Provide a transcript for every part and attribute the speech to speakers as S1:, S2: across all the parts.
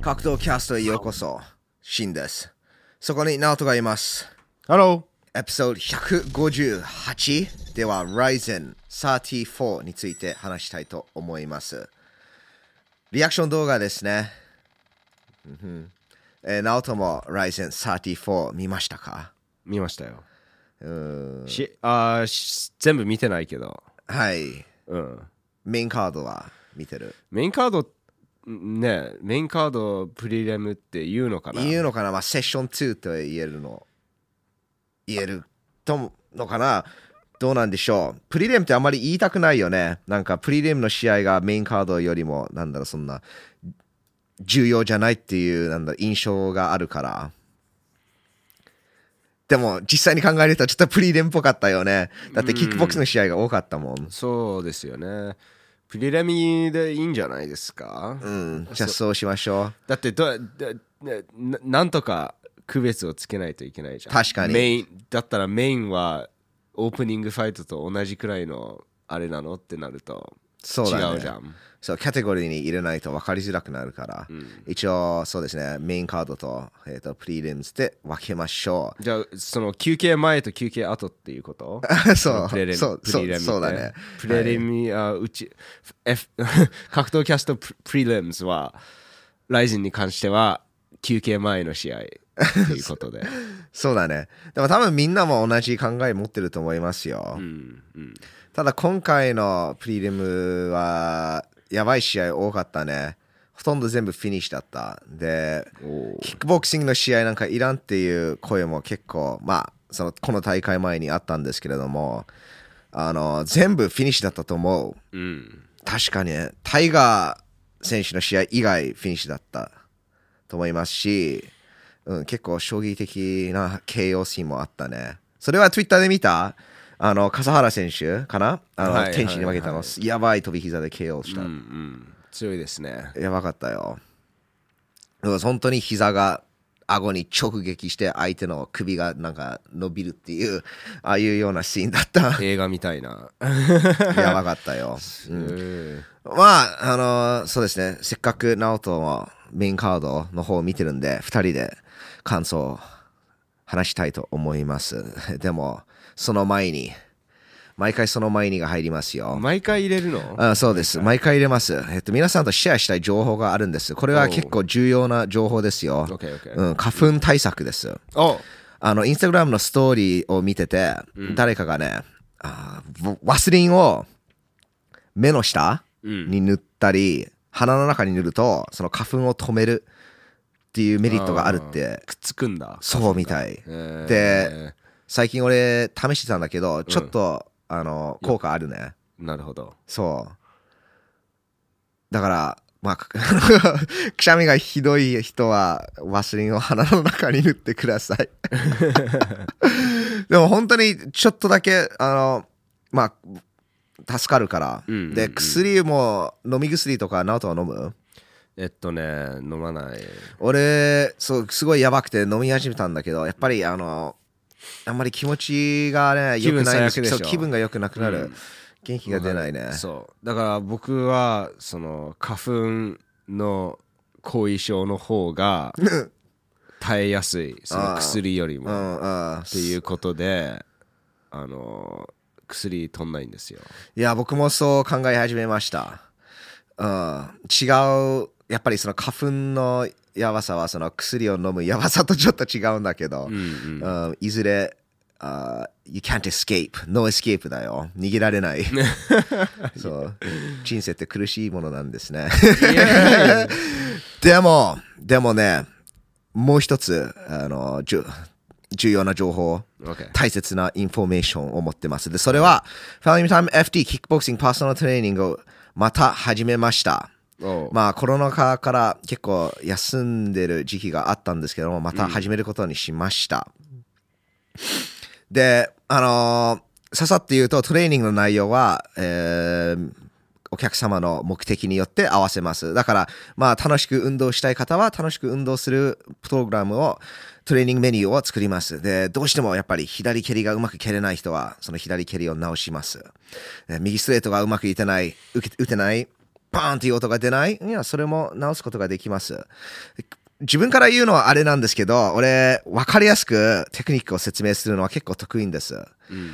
S1: 格闘キャストへようこそ。シンです。そこにナオトがいます。
S2: ハロ
S1: エピソード158では Ryzen 34について話したいと思います。リアクション動画ですね。うんふんえー、ナオトも Ryzen 34見ましたか
S2: ー見ましたよ。
S1: うーん
S2: しあーし全部見てないけど、
S1: はい。
S2: うん、
S1: メインカードは見てる。
S2: メインカードんねメインカードプリレムって言うのかな
S1: 言うのかな、まあ、セッション2と言えるの言えるとものかなどうなんでしょうプリレムってあんまり言いたくないよねなんかプリレムの試合がメインカードよりもなんだろうそんな重要じゃないっていうなんだろう印象があるからでも実際に考えるとちょっとプリレムっぽかったよねだってキックボックスの試合が多かったもん
S2: そうですよねプリレミでいいんじゃないですか、
S1: うんじゃあそうしましょう
S2: だってどだななんとか区別をつけないといけないじゃん
S1: 確かに
S2: メインだったらメインはオープニングファイトと同じくらいのあれなのってなると
S1: そうだね
S2: 違うじゃん
S1: そう、キャテゴリーに入れないと分かりづらくなるから、一応、そうですね、メインカードと、えっ、と、プリリムズで分けましょ
S2: じゃあその休憩前と休憩後ってい うこと
S1: う。そう、
S2: プレレミ
S1: そう、
S2: プ
S1: そ
S2: リレ
S1: う、
S2: ミ
S1: そうだね。
S2: プレレミ、あうち、F、格 闘キャストププリレムズは、ライズンに関しては、休憩前の試合というこ とで。
S1: そうだね。でも多分みんなも同じ考え持ってると思いますよ。
S2: うんうん
S1: ただ今回のプリリムは、やばい試合多かったね。ほとんど全部フィニッシュだった。で、
S2: おー
S1: キックボクシングの試合なんかいらんっていう声も結構、まあ、そのこの大会前にあったんですけれども、あの全部フィニッシュだったと思う。
S2: うん、
S1: 確かにねタイガー選手の試合以外フィニッシュだったと思いますし、うん、結構衝撃的な KO シーンもあったねそれは Twitter で見たあの笠原選手かなあの、
S2: はいはい
S1: 天使に負けたの、
S2: は
S1: やばい飛び膝で KO した、
S2: うんうん、強いですね。
S1: やばかったようん本当に膝が顎に直撃して相手の首がなんか伸びるっていうああいうようなシーンだった
S2: 映画みたいな。
S1: やばかったよ、
S2: う
S1: うん
S2: ん
S1: まあ、あのーそうですね。せっかくナオトもメインカードの方を見てるんで、二人で感想を話したいと思います。 でも、その前に、毎回その前にが入りますよ。
S2: 毎回入れるの
S1: あそうです。毎回入れます。えっと、皆さんとシェアしたい情報があるんです。これは結構重要な情報ですよ。
S2: ?OK、
S1: うん、
S2: OK。
S1: 花粉対策です。
S2: お
S1: あの、インスタグラムのストーリーを見てて、誰かがね、あーワワスリンを目の下
S2: うん
S1: に塗ったり、鼻の中に塗ると、その花粉を止めるっていうメリットがあるって、
S2: くっつくんだ。
S1: そうみたい。で
S2: で、
S1: 最近俺試してたんだけど、ちょっと、あの、効果あるね。
S2: なるほど。
S1: そう。だから、まあ、 くくしゃみがひどい人はワスリンを鼻の中に塗ってくださ い。でも本当にちょっとだけ、あの、まあ、助かるから。
S2: うんうんうん
S1: で、薬も、飲み薬とか、ナオトは飲む
S2: えっとね、飲まない。
S1: 俺、そう、すごいやばくて飲み始めたんだけど、やっぱり、あの、あんまり気持ちがね、
S2: 気
S1: 良く
S2: 分
S1: ないんです
S2: 最悪でしょ
S1: そう気分が良くなくなる。
S2: うん
S1: 元気が出ないね。
S2: そうだから僕はその花粉の後遺症の方が耐えやすいその薬より
S1: う
S2: もっ
S1: ん、うん。
S2: ていうことであの薬取んないんですよ
S1: いや、僕もそう考え始めました。うん、違う、やっぱりその花粉のやばさは、その薬を飲むやばさとちょっと違うんだけど、
S2: うんうん
S1: うんいずれ、あー you can't escape, no escape だよ。逃げられ ない。そう。人生って苦しいものなんですね。 でも、でもね、もう一つ、あの、じゅ重要な情報。
S2: OK
S1: 大切なインフォメーションを持ってます。で、それは、ファミリータイム FT キックボクシングパーソナルトレーニングをまた始めました。
S2: おう
S1: まあ、コロナ禍から結構休んでる時期があったんですけども、また始めることにしました。で、あのーささって言うと、トレーニングの内容は、えーお客様の目的によって合わせます。だから、まあ、楽しく運動したい方は、楽しく運動するプログラムを、トレーニングメニューを作ります。で、どうしてもやっぱり左蹴りがうまく蹴れない人は、その左蹴りを直します。えー右ストレートがうまく打てない、受け打てないパーンっていう音が出ないいや、それも直すことができます。自分から言うのはあれなんですけど、俺、わかりやすくテクニックを説明するのは結構得意んです。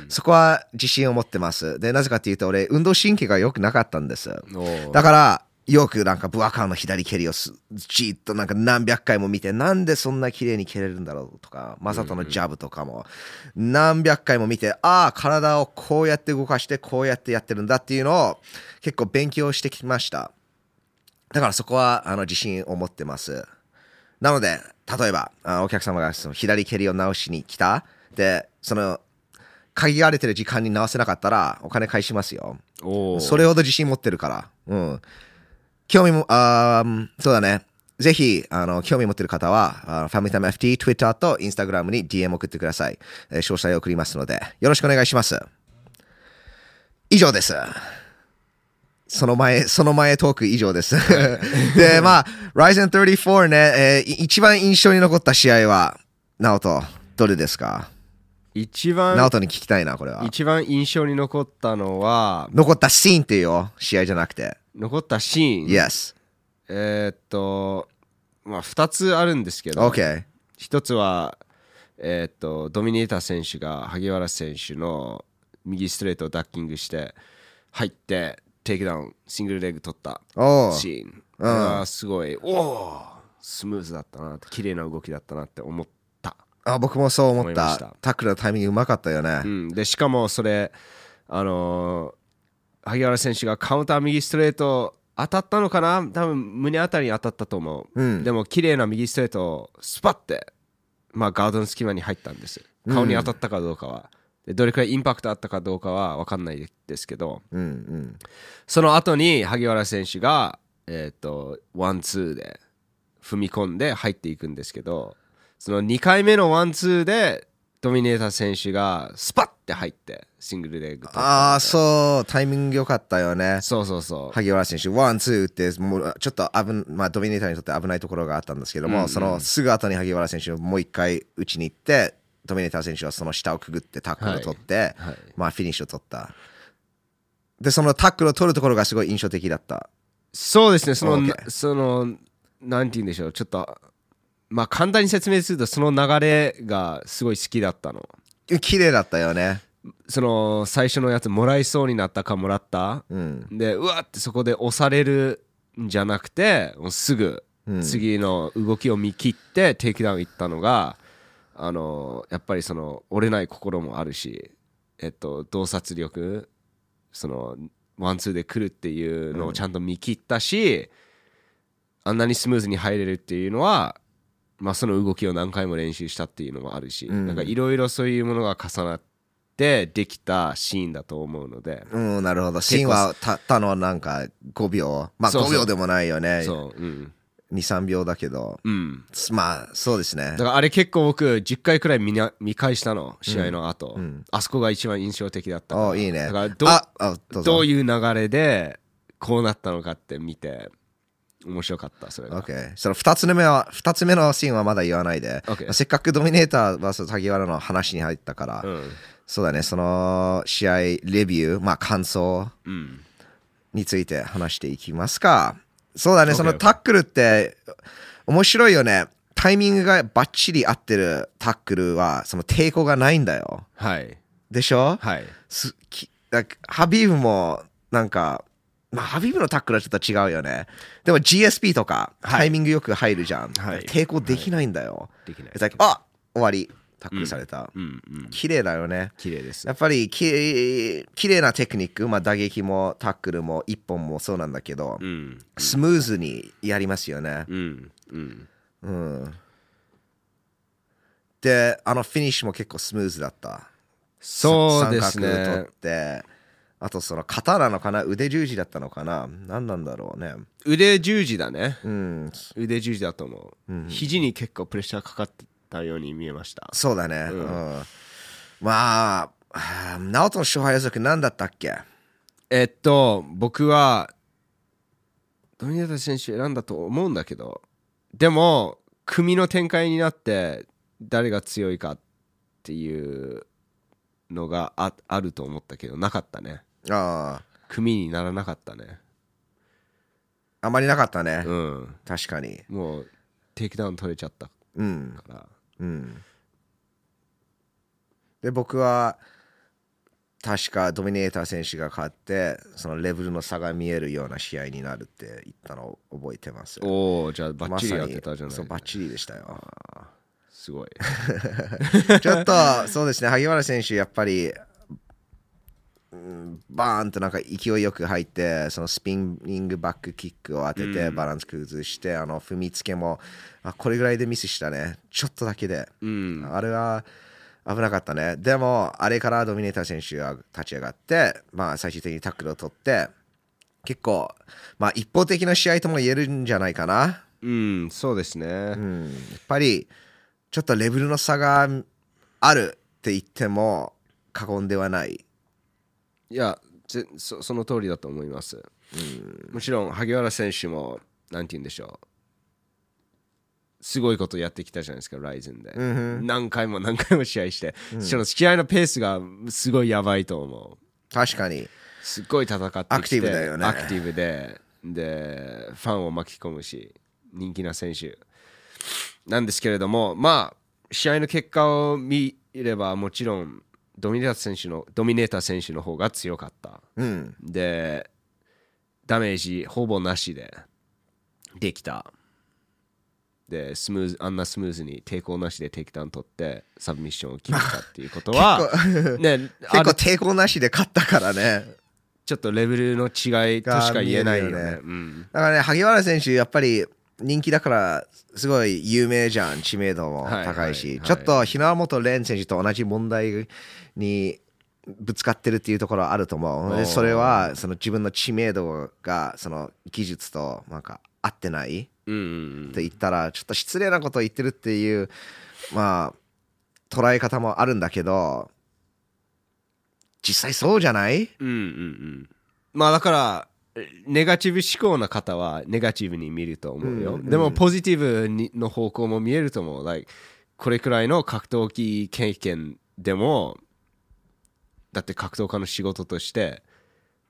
S1: そこは自信を持ってます。で、なぜかっていうと、俺、運動神経が良くなかったんです。
S2: おー
S1: だから、よくなんかブアカーの左蹴りをすじーっとなんか何百回も見て、なんでそんな綺麗に蹴れるんだろうとか、マサトのジャブとかも、何百回も見て、ああ、体をこうやって動かして、こうやってやってるんだっていうのを結構勉強してきました。だからそこはあの自信を持ってます。なので、例えば、あお客様がその左蹴りを直しに来た。で、その、限られてる時間に直せなかったら、お金返しますよ。
S2: おー
S1: それほど自信持ってるから。うん。興味も、あーうんそうだね。ぜひ、あの、興味持ってる方は、あファミタム FT、Twitter と Instagram に DM 送ってください。えー詳細を送りますので、よろしくお願いします。以上です。その前、その前トーク以上です。で、まあ、Ryzen 34ね、えーい一番印象に残った試合は、ナオト、どれですか
S2: 一番
S1: ナオトに聞きたいな、これは。
S2: 一番印象に残ったのは
S1: 残ったシーンっていうよ、試合じゃなくて。
S2: 残ったシーン、
S1: Yes.
S2: えーっとまあ2つあるんですけど、
S1: Okay.
S2: 一つは、えーっとドミネーター選手が萩原選手の右ストレートをダッキングして入ってテイクダウンシングルレッグ取った
S1: おう
S2: シーンこれはすごいおおスムーズだったなって綺麗な動きだったなって思った、
S1: あ僕もそう思
S2: 思
S1: っ
S2: い
S1: た
S2: ました
S1: タックルのタイミングうまかったよね、
S2: うん、でしかもそれあのー萩原選手がカウンター右ストレート当たったのかな多分胸あたりに当たったと思う、
S1: うん
S2: でも綺麗な右ストレートをスパッて、まあ、ガードの隙間に入ったんです顔に当たったかどうかは、でどれくらいインパクトあったかどうかは分かんないですけど
S1: うんうん
S2: その後に萩原選手がえっ、とワンツーで踏み込んで入っていくんですけどその2回目のワンツーでドミネーター選手がスパッて入ってシングルレッグ取った
S1: ああそうタイミング良かったよね
S2: そうそうそう
S1: 萩原選手ワンツーってもうちょっと危ん、まあ、ドミネーターにとって危ないところがあったんですけども、そのすぐ後に萩原選手もう一回打ちに行ってドミネーター選手はその下をくぐってタックルを取って、
S2: はい
S1: まあフィニッシュを取ったでそのタックルを取るところがすごい印象的だった
S2: そうですねその、
S1: OK
S2: なそのなんて言うんでしょうちょっとまあ簡単に説明するとその流れがすごい好きだったの
S1: 綺麗だったよね
S2: その最初のやつもらいそうになったかもらった
S1: うん
S2: でうわってそこで押されるんじゃなくてもうすぐ
S1: うん
S2: 次の動きを見切ってテイクダウン行ったのが、あのやっぱりその折れない心もあるし、えっと、洞察力そのワンツーで来るっていうのをちゃんと見切ったし、あんなにスムーズに入れるっていうのは、まあ、その動きを何回も練習したっていうのもあるし、
S1: うん
S2: なんかいろいろそういうものが重なってできたシーンだと思うので。
S1: うん、なるほど。シーンはたったのなんか5秒。まあ
S2: そうそう
S1: 5秒でもないよね。2、
S2: そううん
S1: 3秒だけど。
S2: うん、
S1: まあそうですね
S2: だ。からあれ結構僕10回くらい見な見返したの試合の後、
S1: ん
S2: あそこが一番印象的だったから
S1: おいいね。
S2: だからど
S1: あ、あど
S2: ど
S1: うぞ。
S2: ういう流れでこうなったのかって見て面白かったそれが、
S1: OK。その2つ目は、二つ目のシーンはまだ言わないで。
S2: OK
S1: せっかくドミネーター VS 萩原の話に入ったから、
S2: うん
S1: そうだね、その試合、レビュー、まあ感想
S2: うん
S1: について話していきますか。そうだね、
S2: OK
S1: そのタックルって面白いよね。タイミングがバッチリ合ってるタックルは、その抵抗がないんだよ。
S2: はい
S1: でしょ
S2: はい
S1: すきなんかハビーブもなんか、まあ、ハビーブのタックルはちょっと違うよねでも GSP とかタイミングよく入るじゃん、
S2: はい
S1: 抵抗できないんだよ、
S2: できない
S1: It's like あ終わりタックルされた、
S2: うんうん
S1: 綺麗だよね
S2: 綺麗です
S1: やっぱりき綺麗なテクニック、まあ、打撃もタックルも一本もそうなんだけど、
S2: うん
S1: スムーズにやりますよね
S2: うんうん
S1: うんであのフィニッシュも結構スムーズだった
S2: そうです
S1: 三角
S2: ね
S1: 取ってあとその肩なのかな腕十字だったのかな何なんだろうね
S2: 腕十字だね
S1: うん
S2: 腕十字だと思う、肘に結構プレッシャーかかってたように見えました
S1: そうだねうん、まああー直人の勝敗予測何だったっけ
S2: えっと僕はドミネータ選手選んだと思うんだけどでも組の展開になって誰が強いかっていうのがああると思ったけどなかったね
S1: ああ
S2: 組にならなかったね
S1: あまりなかったね、
S2: うん、
S1: 確かに
S2: もうテイクダウン取れちゃったか
S1: うん
S2: ら
S1: うんで僕は確かドミネーター選手が勝ってそのレベルの差が見えるような試合になるって言ったのを覚えてます
S2: おおじゃあバッ
S1: ま
S2: チリ
S1: さ
S2: やっ
S1: に
S2: てたじゃない、
S1: そうバッチリでしたよ
S2: すごい
S1: ちょっとそうですね萩原選手やっぱり、うん、バーンとなんか勢いよく入ってそのスピニングバックキックを当ててバランス崩して、あの踏みつけもあこれぐらいでミスしたねちょっとだけで、
S2: うん
S1: あれは危なかったねでもあれからドミネーター選手が立ち上がって、まあ、最終的にタックルを取って結構、まあ、一方的な試合とも言えるんじゃないかな
S2: うんそうですね、
S1: うん、やっぱりちょっとレベルの差があるって言っても過言ではない、
S2: いやぜそその通りだと思います、もちろん萩原選手もなんて言うんでしょうすごいことやってきたじゃないですかライゼンで、何回も何回も試合して、その試合のペースがすごいやばいと思う
S1: 確かに
S2: すっごい戦ってきて
S1: アクティブだよね
S2: アクティブででファンを巻き込むし人気な選手なんですけれどもまあ試合の結果を見ればもちろんドミネーター選手のドミネーター選手の方が強かった
S1: うん
S2: でダメージほぼなしでできたでスムーズあんなスムーズに抵抗なしでテイクダウン取ってサブミッションを決めたっていうことはね
S1: 結構
S2: ある
S1: 抵抗なしで勝ったからね
S2: ちょっとレベルの違いとしか言えないよね
S1: が見えるよね
S2: うん
S1: だからね萩原選手やっぱり人気だからすごい有名じゃん知名度も高いし、
S2: はいはいはい
S1: ちょっと平本蓮選手と同じ問題にぶつかってるっていうところはあると思う
S2: お
S1: で
S2: ー
S1: それはその自分の知名度がその技術となんか合ってない
S2: うん
S1: っ
S2: うん
S1: て言ったらちょっと失礼なことを言ってるっていうまあ捉え方もあるんだけど実際そうじゃない
S2: うんうんうんまあだからネガティブ思考な方はネガティブに見ると思うよ、
S1: うんうん
S2: でもポジティブにの方向も見えると思う、like、これくらいの格闘技経験でもだって格闘家の仕事として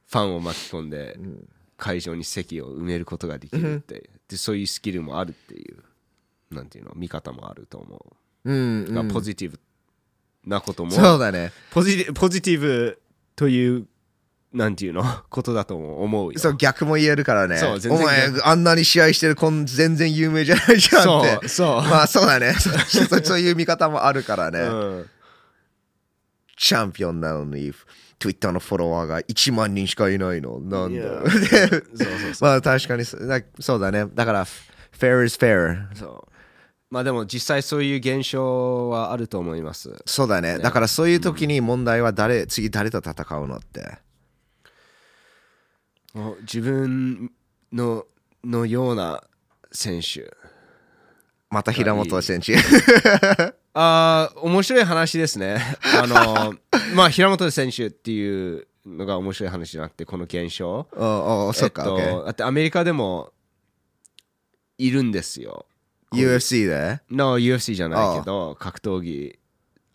S2: ファンを巻き込んで会場に席を埋めることができるって、でそういうスキルもあるっていうなんていうの見方もあると思
S1: うん、
S2: う、がポジティブなことも
S1: そうだね
S2: ポジティポジティブというなんていうの ことだとも思うよ
S1: そう逆も言えるからね
S2: そう全
S1: お
S2: 然
S1: 前あんなに試合してるこん全然有名じゃないじゃんって
S2: そうそう
S1: まあそうだ ねそうそうそういう見方もあるからね、
S2: うん
S1: チャンピオンなのに Twitter のフォロワーが1万人しかいないのなんだ
S2: Yeah
S1: で
S2: そうそう
S1: まあ確かにそうだそうだねだから fair is fair
S2: そうまあでも実際そういう現象はあると思います
S1: そうだねだからそういう時に問題は誰、次誰と戦うのって
S2: もう自分ののような選手
S1: また平本選手
S2: あー面白い話ですね あのまあ平本選手っていうのが面白い話じゃなくてこの現象
S1: おうおうそっか、
S2: えっ
S1: OK
S2: と、だってアメリカでもいるんですよ
S1: UFC で
S2: No, UFC じゃないけど、格闘技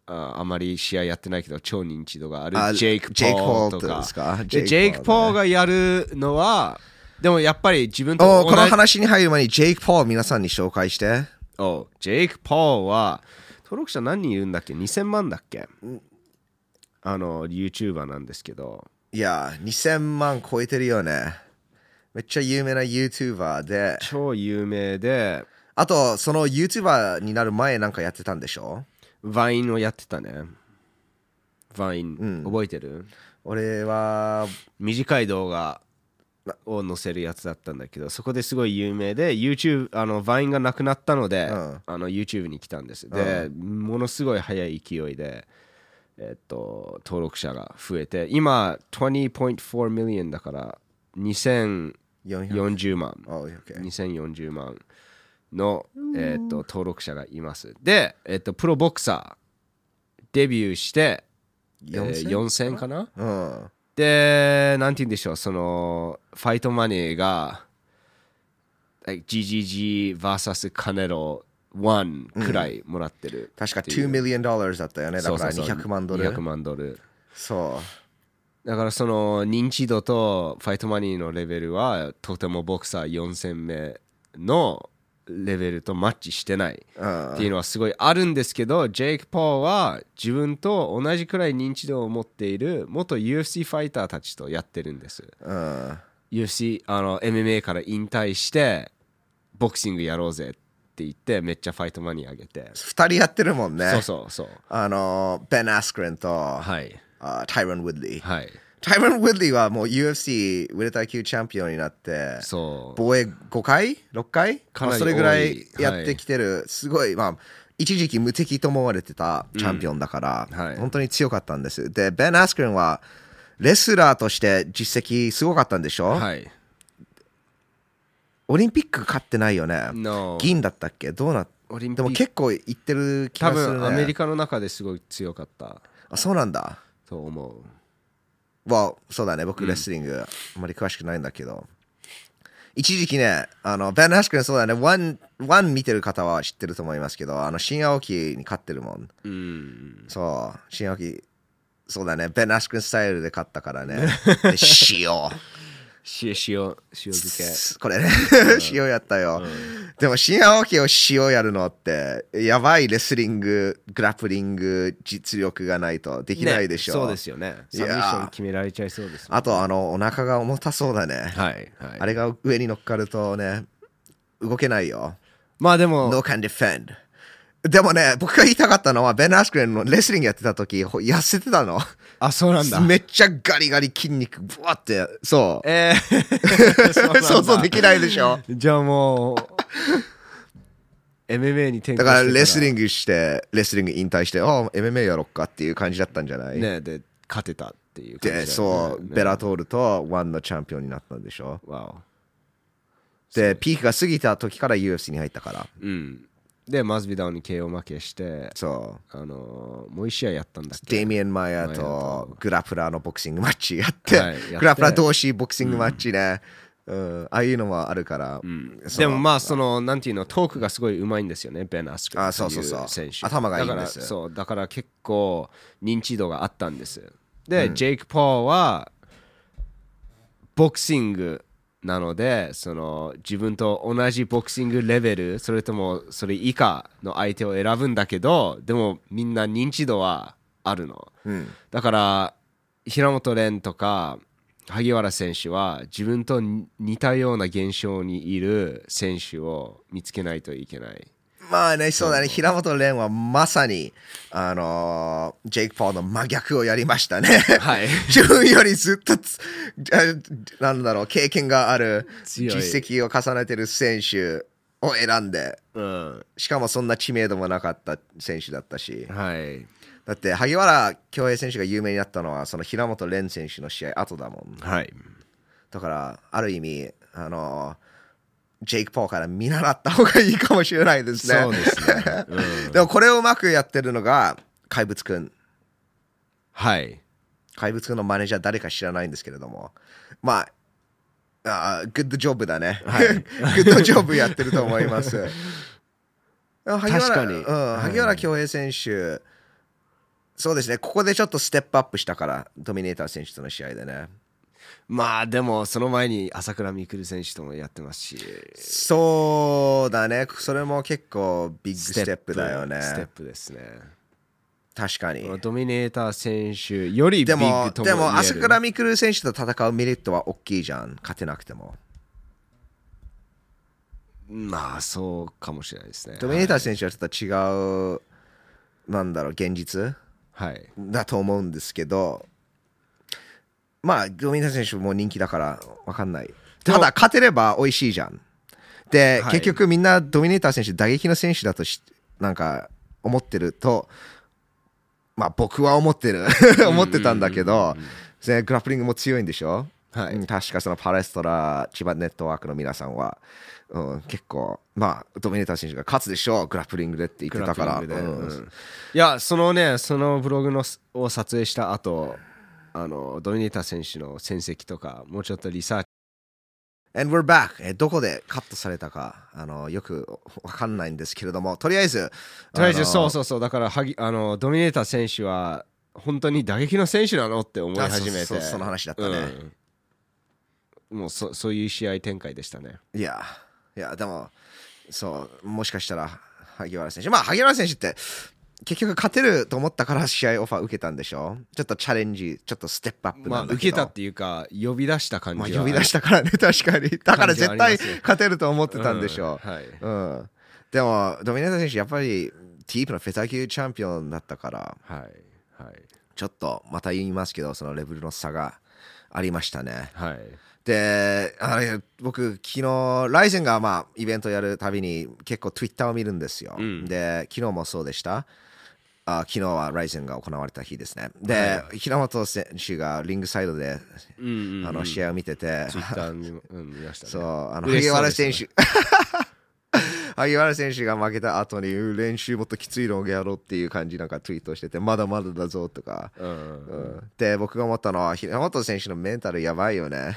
S2: あ、あまり試合やってないけど、超認知度がある
S1: あ、
S2: ジェイク・ポ
S1: ジェイク
S2: ー
S1: ポ
S2: ル
S1: ー
S2: と
S1: ル
S2: か
S1: ですか。
S2: でジェイク・ポールがやるのは、でもやっぱり自分と
S1: お
S2: 同
S1: う
S2: じ
S1: この話に入る前にジェイク・ポール皆さんに紹介して
S2: おジェイク・ポールは、登録者何人いるんだっけ ?2000 万だっけあの、YouTuber なんですけど、
S1: いや2000万超えてるよねめっちゃ有名な YouTuber で
S2: 超有名で、
S1: あとその YouTuber になる前なんかやってたんでしょ
S2: ヴァインをやってたね。ヴァイン、覚えてる
S1: 俺は
S2: 短い動画を載せるやつだったんだけどそこですごい有名で YouTube あの Vine がなくなったので、
S1: ん
S2: あの YouTube に来たんですで、ものすごい速い勢いでえっと登録者が増えて今20.4 million だから2040
S1: 400
S2: 万
S1: おう OK
S2: 2040万の、えー、と登録者がいますで、えー、とプロボクサーデビューしてえー
S1: 4000
S2: 4000かな
S1: うん
S2: で、なんて言うんでしょう、その、ファイトマネーが、like GGG vs カネロ1くらいもらってる
S1: 確か
S2: ってい
S1: 2
S2: う
S1: million dollars だったよねだ
S2: そ
S1: か
S2: うそう
S1: ら
S2: そう
S1: 200万ドル
S2: 200万ドル。
S1: そう
S2: だからその認知度とファイトマニーのレベルはとてもボクサー4戦目のレベルとマッチしてない
S1: うん
S2: っていうのはすごいあるんですけどジェイク・ポーは自分と同じくらい認知度を持っている元 UFC ファイターたちとやってるんです
S1: うん。
S2: UFC あの MMA から引退してボクシングやろうぜって言ってめっちゃファイトマニーあげて
S1: 二人やってるもんね。
S2: そうそうそう
S1: あの、ベン・アスクレンと、
S2: はい
S1: あタイロン・ウッディ。
S2: はい
S1: タイロン・ウッディはもう UFC ウェルター級チャンピオンになって、
S2: そう
S1: 防衛5回 ?6 回
S2: かなり
S1: まあそれぐらい
S2: 多い
S1: やってきてる、すごい、まあ、一時期無敵と思われてたチャンピオンだから、
S2: うんはい
S1: 本当に強かったんです。で、ベン・アスクレンは、レスラーとして実績すごかったんでしょ、
S2: はい
S1: オリンピック勝ってないよね。
S2: No
S1: 銀だったっけどうなっ
S2: オリン
S1: で
S2: ピッ
S1: も
S2: ク
S1: 結構いってる気
S2: 多
S1: がするね。
S2: 分アメリカの中ですごい強かった
S1: あそうなんだ。
S2: と思う
S1: わそうだね僕レスリングあんまり詳しくないんだけど、一時期ねあのベン・アスクレンそうだねワンワン見てる方は知ってると思いますけどあの新青木に勝ってるもん
S2: うん
S1: そう新青木そうだねベン・アスクレンスタイルで勝ったから ねで塩
S2: 塩塩塩漬け
S1: これね 塩やったよ、でも新青木を塩やるのってやばいレスリンググラップリング実力がないとできないでしょ、
S2: ねそうですよね
S1: い
S2: サ
S1: や
S2: ブ
S1: ー
S2: ミッション決められちゃいそうですもん
S1: あとあのお腹が重たそうだね、
S2: はいはい
S1: あれが上に乗っかるとね、動けないよ。
S2: まあでも
S1: No can defend. でもね、僕が言いたかったのは、ベン・アスクレンのレスリングやってた時、ほ痩せてたの。
S2: あそうなんだ
S1: めっちゃガリガリ筋肉、ぶわって、そう。
S2: え ー
S1: 想像できないでしょ。
S2: じゃあもう MMA に転向
S1: だからレスリ
S2: ン
S1: ングして、レスリング引退して、ああ、MMA やろっかっていう感じだったんじゃない、
S2: ねで勝てたっていう感じだよ
S1: で、
S2: ね
S1: そう、
S2: ね
S1: ベラトールとワンのチャンピオンになったんでしょ。
S2: わ
S1: で、ピークが過ぎた時から UFC に入ったから。
S2: おうんでマズビダウンに KO 負けして
S1: そう。
S2: あのーもう一試合やったんだっけ
S1: デイミエン・マイヤ
S2: マ
S1: ー
S2: イヤー
S1: とグラプラーのボクシングマッチやって、
S2: はいやって
S1: グラプラー同士ボクシングマッチね、うんああいうのもあるから、そ
S2: で
S1: の
S2: もまあそのなんていうのトークがすごい上手いんですよねベン・アスク
S1: あそうそうそう
S2: 選手
S1: 頭がいいんです
S2: だからそうだから結構認知度があったんですで、ジェイク・ポーはボクシングなのでその自分と同じボクシングレベルそれともそれ以下の相手を選ぶんだけどでもみんな認知度はあるの、だから平本蓮とか萩原選手は自分とに似たような現象にいる選手を見つけないといけない
S1: まあねそうだね平本蓮はまさにあのージェイク・ポールの真逆をやりましたね
S2: はい
S1: 自分よりずっとつあなんだろう経験がある
S2: 強
S1: 実
S2: い
S1: 績を重ねてる選手を選んで
S2: うん
S1: しかもそんな知名度もなかった選手だったし
S2: はい
S1: だって萩原恭平選手が有名になったのはその平本蓮選手の試合後だもん
S2: はい
S1: だからある意味あのジェイク・ポーから見習った方がいいかもしれないですね
S2: そう ですね、うん
S1: でもこれをうまくやってるのが怪物くん
S2: はい
S1: 怪物くんのマネージャー誰か知らないんですけれどもまああーグッドジョブだね、 グッドジョブやってると思いますあ萩原
S2: 確かに
S1: うん、
S2: はい
S1: 萩原恭平選手そうですねここでちょっとステップアップしたからドミネーター選手との試合でね
S2: まあでもその前に朝倉未来選手ともやってますしス
S1: そうだねそれも結構ビッグステップだよね
S2: ステップですね
S1: 確かに
S2: ドミネーター選手よりビ
S1: で
S2: ッ
S1: も
S2: グとも言える
S1: でも朝倉未来選手と戦うメリットは大きいじゃん勝てなくても
S2: まあそうかもしれないですね
S1: ドミネーター選手はちょっと違う、なんだろう現実
S2: はい
S1: だと思うんですけどまあドミネーター選手も人気だから分かんないただ勝てれば美味しいじゃんで、
S2: はい
S1: 結局みんなドミネーター選手打撃の選手だとしなんか思ってるとまあ僕は思ってる思ってたんだけどでグラップリングも強いんでしょ
S2: はい
S1: うん確かそのパレストラ千葉ネットワークの皆さんは、うん、結構まあドミネーター選手が勝つでしょうグラップリングでって言ってたから
S2: グラップリングで
S1: うん
S2: うんいやそのねそのブログのすを撮影した後あのドミネーター選手の戦績とかもうちょっとリサーチ
S1: And we're back! えーどこでカットされたかあのよくわかんないんですけれどもとりあえず
S2: とりあえ
S1: あ
S2: ず
S1: の
S2: そうそうそうだからはぎあのドミネーター選手は本当に打撃の選手なのって思い始め
S1: あ
S2: て
S1: そうそうその話だったね、
S2: うんもうそそういう試合展開でしたね
S1: いや、いや、でも、そう、もしかしたら、萩原選手。まあ、萩原選手って、結局勝てると思ったから試合オファー受けたんでしょちょっとチャレンジ、ちょっとステップアップ
S2: ま
S1: な
S2: あ
S1: んだ
S2: 受
S1: け
S2: け
S1: ど。
S2: たっていうか呼び出した感
S1: まあ、
S2: じは
S1: 呼び出したからね、 確かに。だから絶対勝てると思ってたんでしょ
S2: うんはい、
S1: う。ん。でも、ドミネータ選手、やっぱり、ティープのフェター級チャンピオンだったから、
S2: はいはい
S1: ちょっと、また言いますけど、そのレベルの差がありましたね。
S2: はい
S1: であれ僕昨日ライゼンがまあイベントやるたびに結構ツイッターを見るんですよ、
S2: うん
S1: で昨日もそうでしたあ昨日はライゼンが行われた日ですねで、平本選手がリングサイドで
S2: うんうんうん
S1: あの試合を見てて、
S2: ツイッターにも、うん、見ましたね
S1: そうあの萩
S2: 嬉しそう
S1: 原
S2: でした
S1: 選
S2: ね
S1: 手萩原選手が 負けた後にうん練習もっときついのをやろうっていう感じなんかツイートしててまだまだだぞとか、
S2: うんうん
S1: うんで僕が思ったのは平本選手のメンタルやばいよね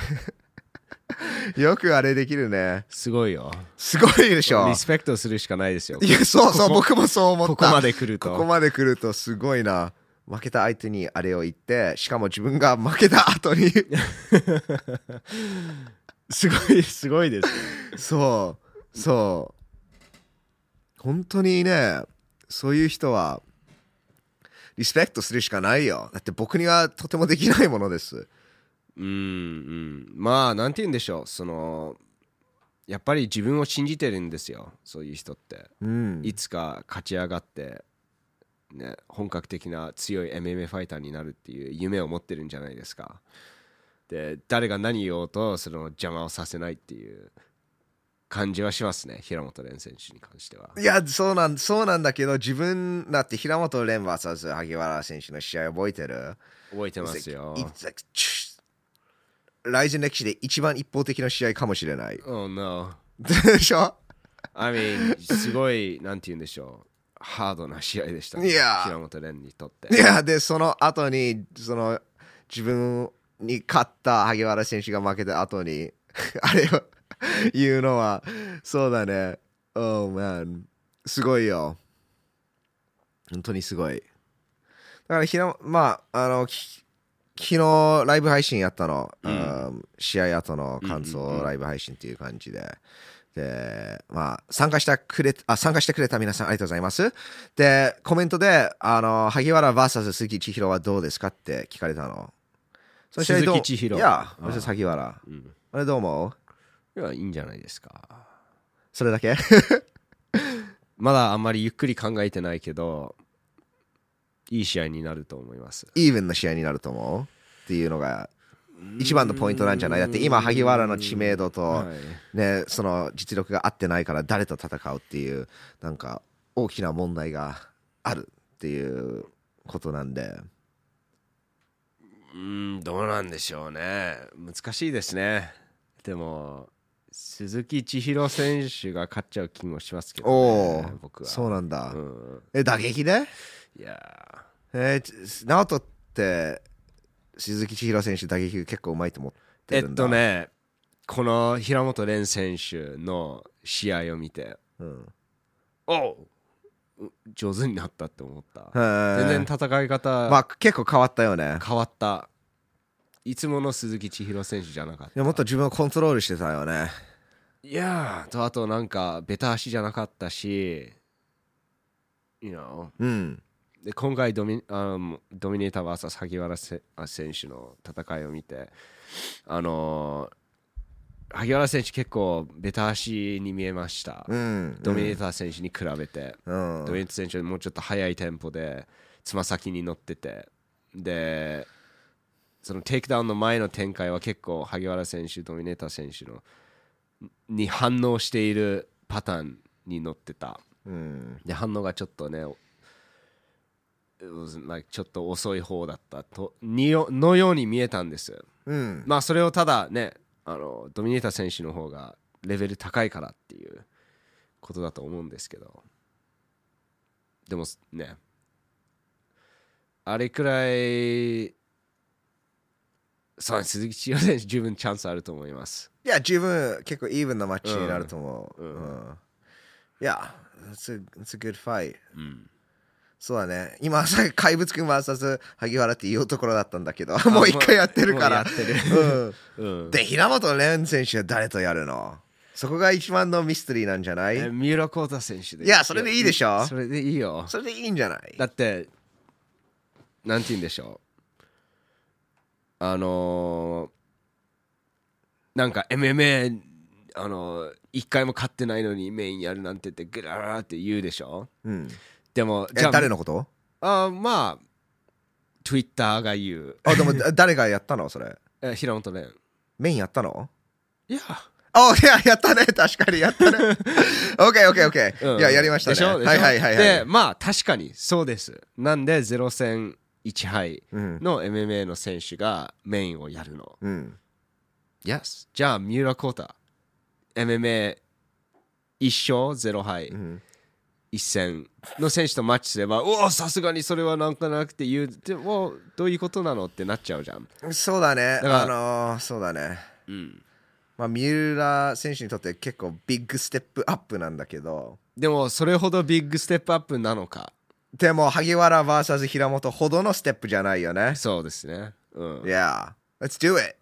S1: よくあれできるね
S2: すごいよ
S1: すごいでしょ
S2: リスペクトするしかないですよ
S1: いやそうそう僕もそう思った
S2: ここまで来ると
S1: ここまで来るとすごいな負けた相手にあれを言ってしかも自分が負けた後 に
S2: すごいすごいですよ
S1: そうそう本当にねそういう人はリスペクトするしかないよだって僕にはとてもできないものです
S2: うんうんまあなんて言うんでしょうそのやっぱり自分を信じてるんですよそういう人って
S1: うん
S2: いつか勝ち上がって、ね、本格的な強い MMA ファイターになるっていう夢を持ってるんじゃないですかで誰が何言おうとその邪魔をさせないっていう感じはしますね平本蓮選手に関してはい
S1: やそうなんそうなんだけど自分だって平本蓮 VS 萩原選手の試合覚えてる
S2: 覚えてますよ
S1: It's like- チュッライゼン歴史で一番一方的な試合かもしれない
S2: Oh no
S1: でしょ
S2: I mean すごいなんて言うんでしょうハードな試合でしたね
S1: いや
S2: 平本蓮にとって
S1: いやでその後にその自分に勝った萩原選手が負けた後に あれを言うのはそうだね Oh man すごいよ本当にすごいだからひらまああのき昨日ライブ配信やったの、
S2: うん
S1: うん試合後の感
S2: うんうんう
S1: 想
S2: ん
S1: ライブ配信っていう感じで、で、まあ、参加してくれ、あ、参加してくれた皆さんありがとうございます。で、コメントで、あの、萩原 VS 鈴木千尋はどうですかって聞かれたの。その試合どう
S2: 鈴木千尋
S1: いや、
S2: うん
S1: VS 萩原。
S2: うん
S1: あれどう思う
S2: いやいいんじゃないですか
S1: それだけ
S2: まだあんまりゆっくり考えてないけどいい試合になると思います
S1: イーブンの試合になると思うっていうのが、一番のポイントなんじゃないだって今、萩原の知名度と、
S2: はい
S1: ね、その実力が合ってないから誰と戦うっていう、なんか、大きな問題があるっていうことなんで。
S2: うんどうなんでしょうね難しいですねでも鈴木千尋選手が勝っちゃう気もしますけど、ね、
S1: おお、
S2: 僕は
S1: そうなんだ。
S2: うん
S1: え、打撃で
S2: いや
S1: えー、ナオトって鈴木千尋選手打撃結構うまいと思っ
S2: ーえ
S1: て
S2: っ
S1: るんだ
S2: と、ねこの平本蓮選手の試合を見て
S1: うん、
S2: おう上手になったって思った全然
S1: 全然
S2: 戦い方
S1: まあ結構変わったよね
S2: 変わったいつもの鈴木千尋選手じゃなかっ
S1: いやもったと自分をコントロールしてたよね
S2: いやーとあとなんかベタ足じゃなかったし you know
S1: うん
S2: で今回ドミあのドミネーター VS 萩原せあ選手の戦いを見てあのー萩原選手結構ベタ足に見えました、
S1: うん
S2: ドミネーター選手に比べて、
S1: うん
S2: ドミネーター選手はもうちょっと速いテンポでつま先に乗っててでそのテイクダウンの前の展開は結構萩原選手ドミネーター選手のに反応しているパターンに乗ってた
S1: うん
S2: で反応がちょっとね it was like ちょっと遅い方だったとによのように見えたんです
S1: うん
S2: まあそれをただねあのドミネーター選手の方がレベル高いからっていうことだと思うんですけどでもねあれくらいそう鈴木千代選手十分チャンスあると思います
S1: いや十分結構イーブンなマッチになると思う、う
S2: うんん
S1: いや it's a, it's a good fight
S2: うん
S1: そうだね今 さ怪物くん VS 萩原って言うところだったんだけどもう一回やってるから
S2: もうやってる、う
S1: うんん、で平本蓮選手は誰とやるのそこが一番のミステリーなんじゃない
S2: え三浦航太選手で
S1: いやそれでいいでしょ
S2: それでいいよ
S1: それでいいんじゃない
S2: だってなんて言うんでしょうあのーなんか MMA あのー一回も勝ってないのにメインやるなんてってグラーって言うでしょ
S1: うん、
S2: でも
S1: え
S2: じゃあ
S1: 誰の こと
S2: あーまあ Twitter が言う
S1: あでもだ誰がやったのそれ
S2: え平本蓮
S1: メインやったの
S2: いや
S1: あいややったね確かにやったね OKOKOK、
S2: うん
S1: いややりましたね
S2: でしょでしょ
S1: はいはいはいはい
S2: でまあ確かにそうですなんで0戦1敗
S1: うん
S2: の MMA の選手がメインをやるの
S1: うん、
S2: Yes じゃあ三浦航太 MMA1 勝0敗
S1: うん、
S2: 1戦の選手とマッチすればうおさすがにそれはなんかなくて言うでもどういうことなのってなっちゃうじゃん
S1: そうだね
S2: から
S1: あのーそうだね
S2: うん
S1: まあ、三浦選手にとって結構ビッグステップアップなんだけど
S2: でもそれほどビッグステップアップなのか
S1: でも萩原 VS 平本ほどのステップじゃないよね
S2: そうですね、うん、
S1: Yeah Let's do it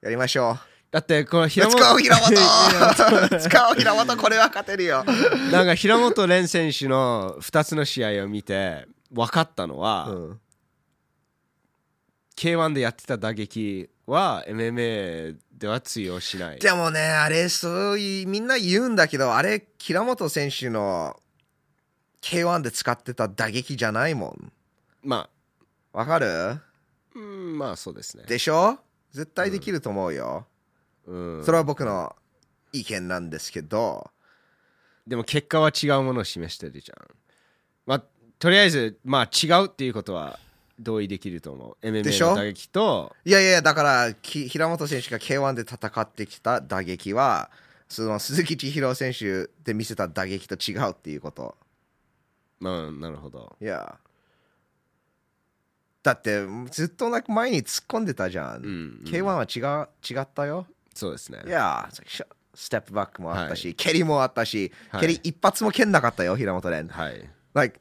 S1: やりましょう
S2: だってこの平
S1: Let's
S2: 本
S1: go 平本 Let's go 平本これは勝てるよ
S2: なんか平本蓮選手の2つの試合を見て分かったのは、
S1: うん、
S2: k 1でやってた打撃は MMA では通用しない
S1: でもねあれそういうみんな言うんだけどあれ平本選手の K1 で使ってた打撃じゃないもん
S2: ま
S1: わかる
S2: あうんまあそうですね
S1: でしょ絶対できると思うよ、
S2: うん
S1: それは僕の意見なんですけど、
S2: でも結果は違うものを示してるじゃんまあとりあえずまあ違うっていうことは同意できると思う MMA
S1: でしょ
S2: の打撃と
S1: いやいや、だから、き平本選手が K1 で戦ってきた打撃は、その鈴木千尋選手で見せた打撃と違うっていうこと。
S2: まあなるほど
S1: いや。だって、ずっとなんか前に突っ込んでたじゃん。
S2: うん
S1: K1 は違う違ったよ。
S2: そうですね
S1: いや、ステップバックもあったし、
S2: は
S1: 蹴りもあったし、
S2: はい
S1: 蹴り一発も蹴んなかったよ、平本蓮。
S2: はい
S1: Like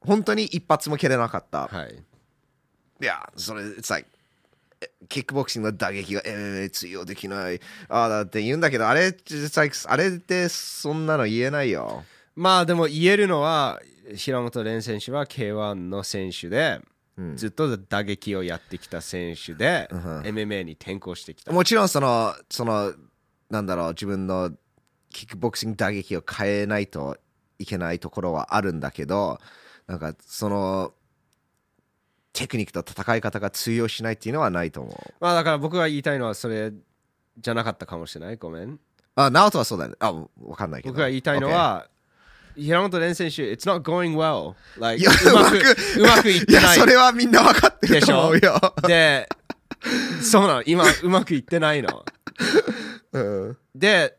S1: 本当に一発も蹴れなかった。
S2: はい
S1: いや、それ、it's like、えキックボクシングの打撃が MMA 通用できない。ああ、だって言うんだけど、あれ、it's like あれってそんなの言えないよ。
S2: まあでも言えるのは平本蓮選手は K1 の選手でずっと打撃をやってきた選手で MMA に転向してきた
S1: もちろん、その、その、なんだろう、自分のキックボクシング打撃を変えないといけないところはあるんだけど、なんか、その、テクニックと戦い方が通用しないっていうのはないと思う。
S2: まあだから僕が言いたいのはそれじゃなかったかもしれないごめん
S1: あ、ナオトはそうだね。あ、わかんないけど。
S2: 僕が言いたいの
S1: OK
S2: は平本蓮選手 It's not going well like
S1: いや
S2: うまく
S1: うまく
S2: うまくいってない
S1: や、それはみんな分かってると思うよ。
S2: でそうなの今うまくいってないの
S1: うん。
S2: で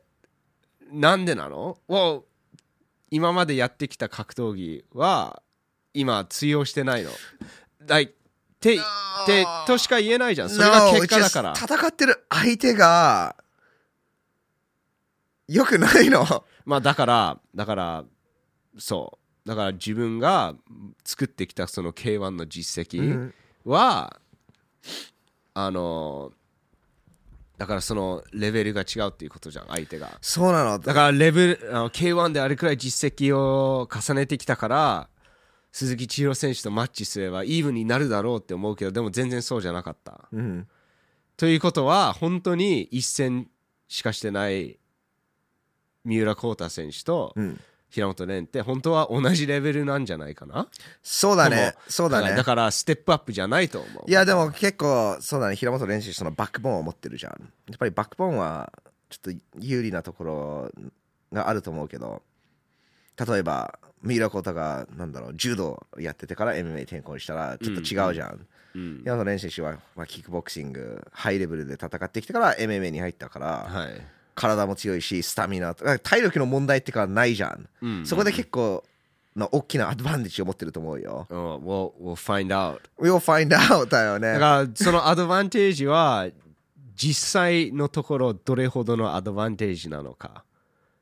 S2: なんでなの well, 今までやってきた格闘技は今通用してないの。like, ててとしか言えないじゃん。それが
S1: No,
S2: 結果だから。
S1: it's just 戦ってる相手が、良くないの。
S2: まあだからだからそうだから自分が作ってきたその K1 の実績は、あのだからそのレベルが違うっていうことじゃん相手が。
S1: そうなの。
S2: だからレベルあの K1 であれくらい実績を重ねてきたから鈴木千尋選手とマッチすればイーブンになるだろうって思うけどでも全然そうじゃなかった。
S1: うん。
S2: ということは本当に一戦しかしてない三浦航太選手と
S1: うん。
S2: 平本蓮って本当は同じレベルなんじゃないかな
S1: そうだね
S2: とも。
S1: そうだ
S2: から
S1: ね
S2: だ。からステップアップじゃないと思う。
S1: いや、でも結構、そうだね。平本練習、そのバックボーンを持ってるじゃん。やっぱりバックボーンは、ちょっと有利なところがあると思うけど、例えば、三浦コ太が、なんだろう、柔道やっててから MMA 転向したら、ちょっと違うじゃん
S2: うん
S1: 平野蓮選手は、まあ、キックボクシングハイレベルで戦ってきたから MMA に入ったから、
S2: はい
S1: 体も強いしスタミナとか体力の問題ってかないじゃん、
S2: うん
S1: そこで結構な大きなアドバンテージを持ってると思うよ
S2: Oh, we'll, we'll find out.
S1: We'll find out だよね
S2: だからそのアドバンテージは実際のところどれほどのアドバンテージなのか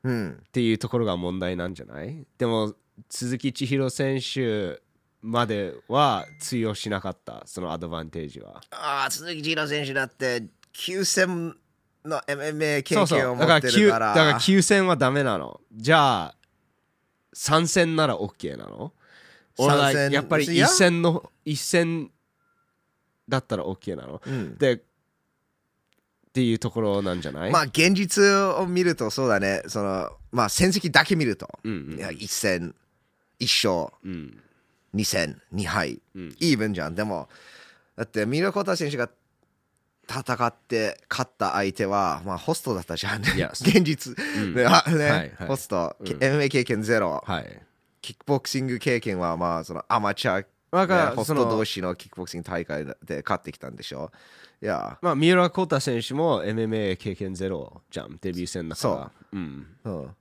S1: うん
S2: っていうところが問題なんじゃないでも鈴木千尋選手までは通用しなかったそのアドバンテージは
S1: ああ鈴木千尋選手だって9戦の MMA
S2: そ
S1: 経
S2: うそう
S1: 験を持
S2: だから
S1: ってる
S2: 9
S1: か
S2: だ
S1: ら
S2: から9戦はダメなのじゃあ3戦なら OK なの俺は
S1: 三戦
S2: やっぱり
S1: いや
S2: 1戦の一戦だったら OK なの
S1: うん
S2: でっていうところなんじゃない、
S1: まあ現実を見るとそうだねそのまあ戦績だけ見ると、
S2: うん
S1: いや1戦1勝
S2: うんうん
S1: 2戦2敗、
S2: うん
S1: イーブンじゃんでもだってミルコタ選手が戦って勝った相手は、まあ、ホストだったじゃんね
S2: いや
S1: 現実、
S2: うん
S1: ねあね
S2: はいはい
S1: ホスト、
S2: うん
S1: け MMA 経験ゼロ
S2: はい
S1: キックボクシング経験はまあそのアマチュア
S2: だから
S1: ねホス
S2: そ
S1: ト
S2: の
S1: 同士のキックボクシング大会で勝ってきたんでしょいや、
S2: まあ、三浦航太選手も MMA 経験ゼロじゃん、デビュー戦だから。う。ん。
S1: うん、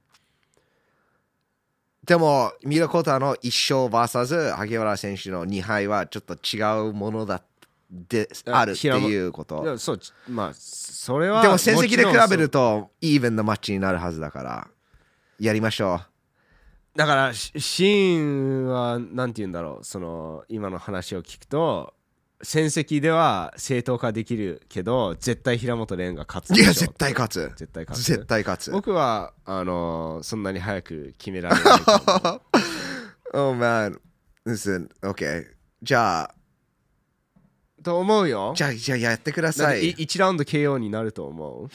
S1: でもミラコータの1勝 VS 萩原選手の2敗はちょっと違うものだで
S2: あ
S1: あるっていうこ
S2: い
S1: と
S2: やそう、まあ、それは。
S1: でも戦績で
S2: もちろん
S1: 比べるとイーブンなマッチになるはずだからやりましょ
S2: そうだから、シシーンは、なんて言うんだろう、その、今の話を聞くと、戦績では正当化できるけど、絶対平本蓮が勝つ
S1: う
S2: で
S1: い
S2: しょ。
S1: や絶対勝つ
S2: 絶対勝つ。
S1: 絶対勝つ
S2: 僕は、あのーそんなに早く決められないと思う。
S1: Oh man listen okay じゃあ
S2: と思うよ。
S1: じゃあじゃあやってくだ
S2: だっ
S1: さ
S2: てい
S1: い
S2: 1ラウンド KO になると
S1: う
S2: 思う。
S1: ん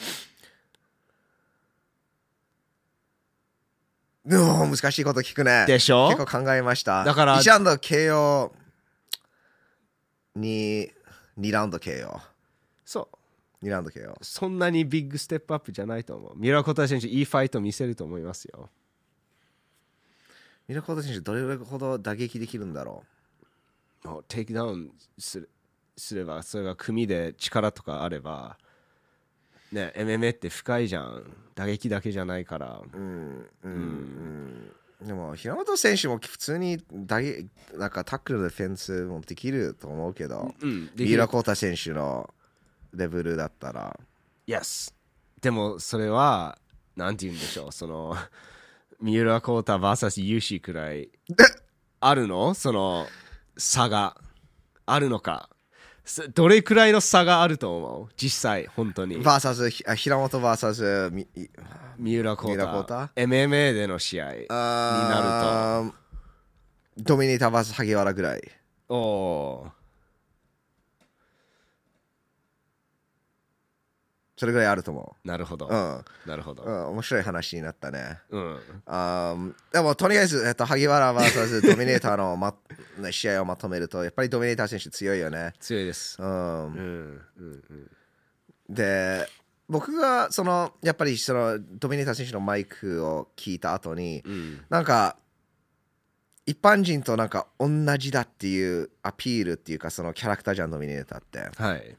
S1: 難しいこと聞くね
S2: でしょ
S1: 結構考えました
S2: だから
S1: 1ラウンド KO に2ラウンド KO2
S2: そう。
S1: ラウンド KO
S2: そんなにビッグステップアップじゃないと思う。ミラコタ選手、いいファイト見せると思いますよ。
S1: ミラコート選手どれほど打撃できるんだろ
S2: テイクダウンするすれば、それが組で力とかあれば、ね、MMA って深いじゃん。打撃だけじゃないから。
S1: ううんうんでも平本選手も普通に打撃なんかタックルのディフェンスもできると思うけど
S2: うん、で
S1: ミラコータ選手のレベルだったら
S2: Yes でも、それは、なんて言うんでしょう、その、 三浦コータ VS ユーシーくらい、あるのその、差が。あるのか。すどれくらいの差があると思う実際、本当に。
S1: VS ひあ平本 VS みい
S2: 三浦コ
S1: 三
S2: ータ
S1: 浦航太
S2: MMA での試合になる
S1: あードミニタ VS 萩原ぐらい
S2: とおー
S1: それぐらいあると思
S2: なるほど、
S1: う。うん。
S2: なるほ
S1: う
S2: ど、
S1: ん、面白い話になったね。
S2: うん、
S1: あーでも、とりあえず、えっと、萩原 VS ドミネーターの、ま、ね試合をまとめると、やっぱりドミネーター選手強いよね。
S2: 強いです
S1: う
S2: うん
S1: ん。
S2: うんうん
S1: で、僕が、その、やっぱり、その、ドミネーター選手のマイクを聞いた後に、
S2: うん
S1: なんか、一般人となんか同じだっていうアピールっていうかそのキャラクターじゃんドミネーターって
S2: はい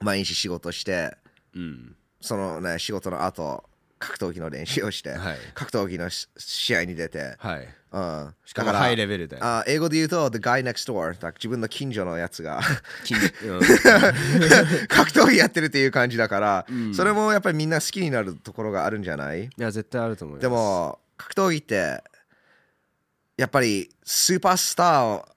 S1: 毎日仕事して
S2: うん
S1: そのね仕事の後格闘技の練習をして、
S2: はい
S1: 格闘技のし試合に出て、
S2: はい
S1: うん、
S2: しかもハイレベルで
S1: あ英語で言うと「The guy next door」だから自分の近所のやつが
S2: 金 うん
S1: 格闘技やってるっていう感じだから、
S2: ん
S1: それもやっぱりみんな好きになるところがあるんじゃない
S2: いや絶対あると思います
S1: でも格闘技ってやっぱりスーパースターを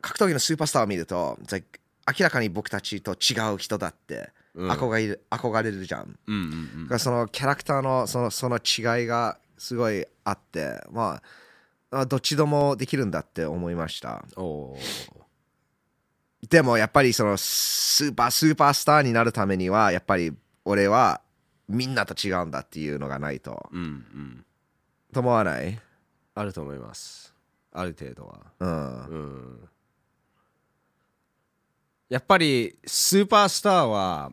S1: 格闘技のスーパースターを見ると it's like 明らかに僕たちと違う人だって
S2: うん
S1: 憧れる,、憧れるじゃん。
S2: うんうん
S1: だからそのキャラクターのそのその違いがすごいあってまああどっちでもできるんだって思いました
S2: うんおー
S1: でもやっぱりそのスーパースーパースターになるためにはやっぱり俺はみんなと違うんだっていうのがないと
S2: うんうん
S1: と思わない
S2: あると思いますある程度は
S1: うん
S2: うんやっぱりスーパースターは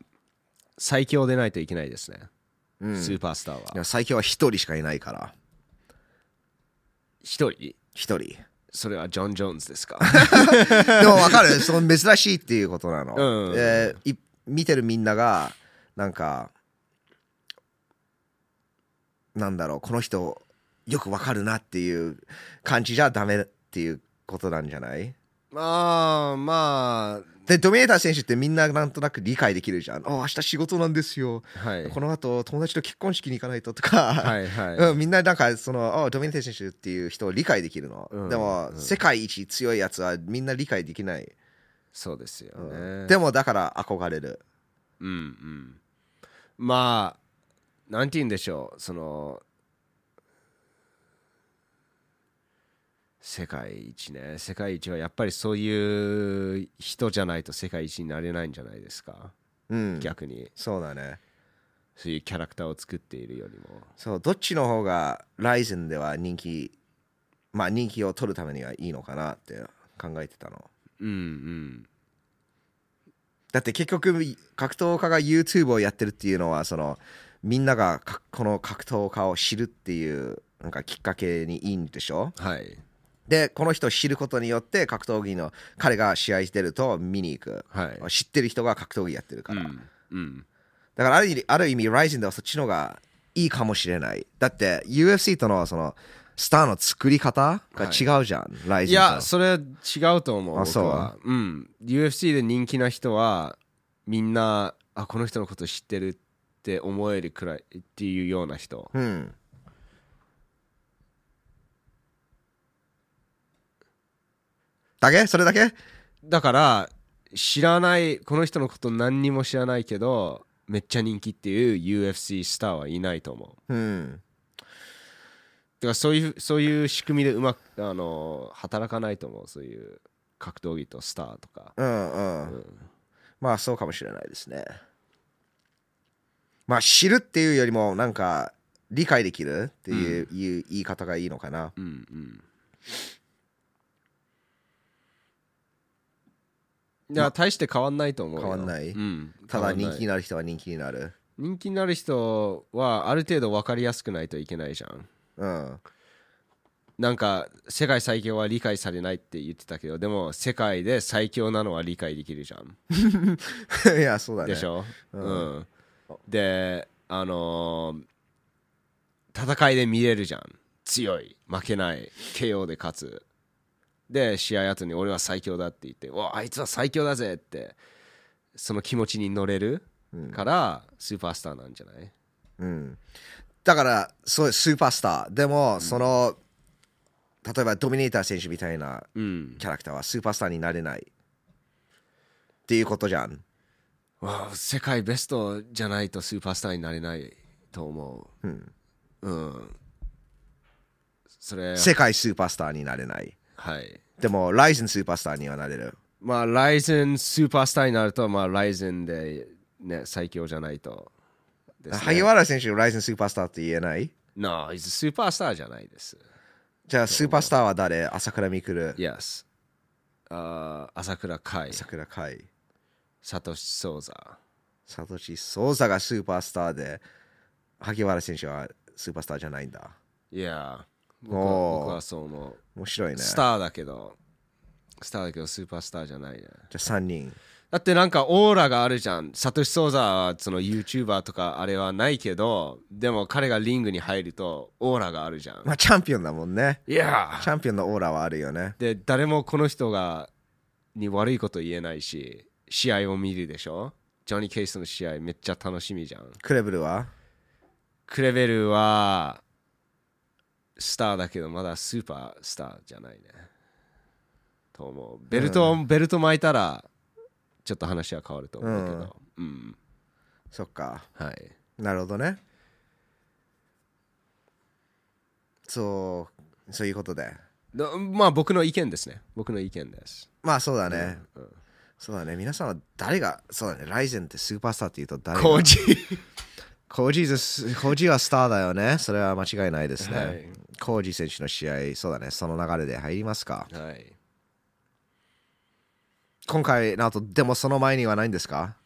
S2: 最強でないといけないですね、
S1: うん
S2: スーパースター
S1: で
S2: は
S1: も最強は一人しかいないから
S2: 一人
S1: 一人
S2: それはジョン・ジョーンズです か
S1: でも分か るその珍しいっていうことなの、
S2: うん
S1: えーい見てるみんながなんかなんだろうこの人よく分かるなっていう感じじゃダメっていうことなんじゃない
S2: まあまあ
S1: でドミネーター選手ってみんななんとなく理解できるじゃん。あ明日仕事なんですよ。
S2: はい
S1: この後友達と結婚式に行かないととか、
S2: はいはい
S1: うん、みんななんかそのあドミネーター選手っていう人を理解できるの。
S2: うん
S1: でも、
S2: うん
S1: 世界一強いやつはみんな理解できない。
S2: そうですよ
S1: うん
S2: ね
S1: でもだから憧れる。
S2: うんうんまあなんて言うんでしょうその世界一ね世界一はやっぱりそういう人じゃないと世界一になれないんじゃないですか、
S1: うん、
S2: 逆に
S1: そうだね。
S2: そういうキャラクターを作っているよりも
S1: そうどっちの方がライゼンでは人気まあ人気を取るためにはいいのかなって考えてたの
S2: うんうん
S1: だって結局格闘家が YouTube をやってるっていうのはそのみんながかこの格闘家を知るっていうなんかきっかけにいいんでしょ
S2: はい
S1: でこの人を知ることによって格闘技の彼が試合してると見に行く、
S2: はい
S1: 知ってる人が格闘技やってるから、
S2: うんうん
S1: だからある意味、ある意味、ライゼンではそっちの方がいいかもしれない。だって、UFC とのその、スターの作り方が違うじゃん、ライ
S2: い
S1: ゼンと。
S2: やそれは違うと思う
S1: あ
S2: 僕はうん UFC で人気な人はみんなあこの人のこと知ってるって思えるくらいっていうような人
S1: うん。だけそれだけ
S2: だから知らないこの人のこと何にも知らないけどめっちゃ人気っていう UFC スターはいないと思う
S1: うん。
S2: だからそういうそういう仕組みでうまくあの働かないと思うそういう格闘技とスターとか
S1: うんうん。まあ、そうかもしれないですね。まあ、知るっていうよりも、なんか、理解できるっていう,、いう言い方がいいのかな。
S2: うんうんいや大して変わんないと思うよ
S1: 変わんない
S2: うん
S1: ただ、人気に
S2: 変わんない
S1: なる人は人気になる。
S2: 人気になる人はある程度分かりやすくないといけないじゃん
S1: うん。
S2: なんか世界最強は理解されないって言ってたけどでも世界で最強なのは理解できるじゃん
S1: いや、そうだね。
S2: でしょ、うんん、であのー戦いで見れるじゃん強い負けない KO で勝つで試合後に俺は最強だって言ってうわあいつは最強だぜってその気持ちに乗れるから、スーパースターなんじゃない
S1: うん、だからそうスーパースターでも、その例えばドミネーター選手みたいな
S2: うん
S1: キャラクターはスーパースターになれないっていうことじゃん
S2: わあ世界ベストじゃないとスーパースターになれないと思ううん、それ
S1: 世界スーパースターになれない
S2: はい
S1: でもライゼンスーパースターにはなれる
S2: まあ、ライゼンスーパースターになると、まあ、ライゼンで、ね、最強じゃないと。ですね
S1: 萩原選手ライゼンスーパースターって言えない
S2: なあ、スーパースターじゃないです。
S1: じゃあスーパースターは誰朝倉未来
S2: Yes。あー朝倉海、
S1: 朝倉海
S2: サトシ・ソウザ。
S1: サトシ・ソウザがスーパースターで萩原選手はスーパースターじゃないんだ
S2: いや、僕
S1: お
S2: は
S1: ー
S2: 僕はそう思
S1: 面白いね
S2: う。ス
S1: じゃ
S2: ターだけど、スターだけど、スーパースターじゃないね。
S1: あ3人
S2: だってなんかオーラがあるじゃん。サトシ・ソウザはその YouTuber とかあれはないけど、でも彼がリングに入るとオーラがあるじゃん。
S1: まあチャンピオンだもんね
S2: いや
S1: チャンピオンのオーラはあるよね。
S2: で誰もこの人がに悪いこと言えないし試合を見るでしょジョニー・ケイスの試合めっちゃ楽しみじゃん
S1: クレブルは
S2: クレベルはスターだけどまだスーパースターじゃないねと思うベルト、ベルト巻いたらちょっと話は変わると思うけどうん、
S1: そっか。
S2: はい
S1: なるほどね。そう、そういうことで。
S2: だまあ僕の意見ですね僕の意見です
S1: まあそうだね。
S2: うんうん
S1: そうだね。皆さんは誰が、そうだね。ライゼンってスーパースターって言うと誰が
S2: コージ
S1: コージーズスコージーはスターだよね。それは間違いないですね。
S2: はい
S1: コージー選手の試合、そうだね。その流れで入りますか。
S2: はい
S1: 今回、なんと、でもその前にはないんですか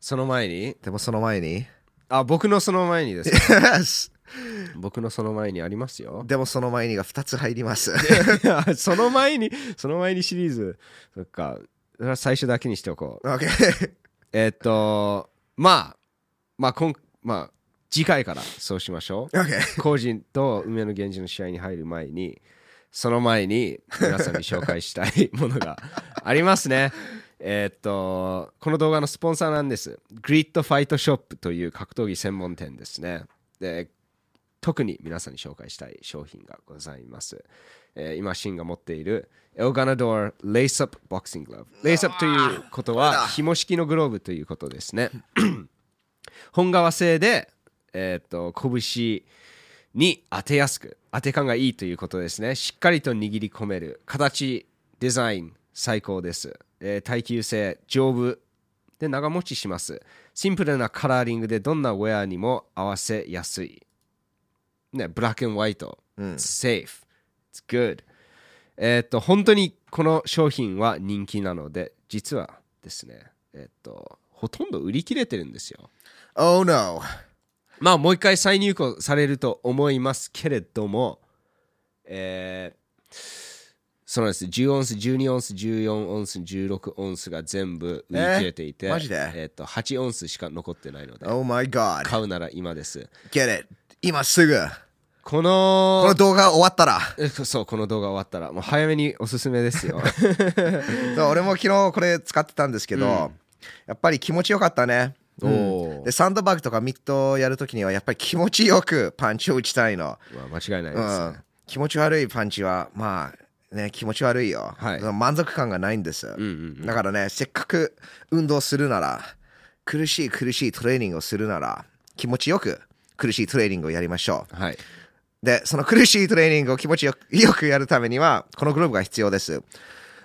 S2: その前に
S1: でもその前 に
S2: あ僕のその前にです ね僕のその前にありますよ
S1: でもその前にが2つ入り ます。
S2: いやその前にその前にシリーズそっかそれは最初だけにしておこう
S1: OK。
S2: えーっとまあまあ今まあ次回からそうしましょ
S1: OK。
S2: う個人と梅野源氏の試合に入る前にその前に皆さんに紹介したいものがありますねえーっとこの動画のスポンサーなんですグリッドファイトショップという格闘技専門店ですねで特に皆さんに紹介したい商品がございます、えー今シンが持っているエオガナドアレイスアップボクシンググローブレイスアップということは紐式のグローブということですね 本革製で、えーっと拳に当てやすく当て感がいいということですねしっかりと握り込める形デザイン最高です、えー耐久性丈夫で長持ちしますシンプルなカラーリングでどんなウェアにも合わせやすいねブラックホワイト、セーフ it's good えーっと本当にこの商品は人気なので実はですねえーっとほとんど売り切れてるんですよ
S1: Oh no.
S2: まあもう一回再入庫されると思いますけれども、えーそうなんです10オンス12オンス14オンス16オンスが全部売り切れていて、
S1: えーマジで
S2: えーと8オンスしか残ってないので
S1: Oh my god.
S2: 買うなら今です
S1: Get it. 今すぐ。
S2: こ
S1: この
S2: の
S1: 動画終わったら。
S2: えそうこの動画終わったらもう早めにおすすめで すよ
S1: そう俺も昨日これ使ってたんですけど、やっぱり気持ちよかったね。
S2: おー
S1: でサンドバッグとかミットやるときにはやっぱり気持ちよくパンチを打ちたいの、
S2: まあ間違いないですね、
S1: うん、気持ち悪いパンチはまあね気持ち悪いよ、
S2: はい
S1: その満足感がないんです、
S2: うん
S1: だからねせっかく運動するなら苦しい苦しいトレーニングをするなら気持ちよく苦しいトレーニングをやりましょう
S2: はい
S1: で、その苦しいトレーニングを気持ちよくよくやるためには、このグローブが必要です。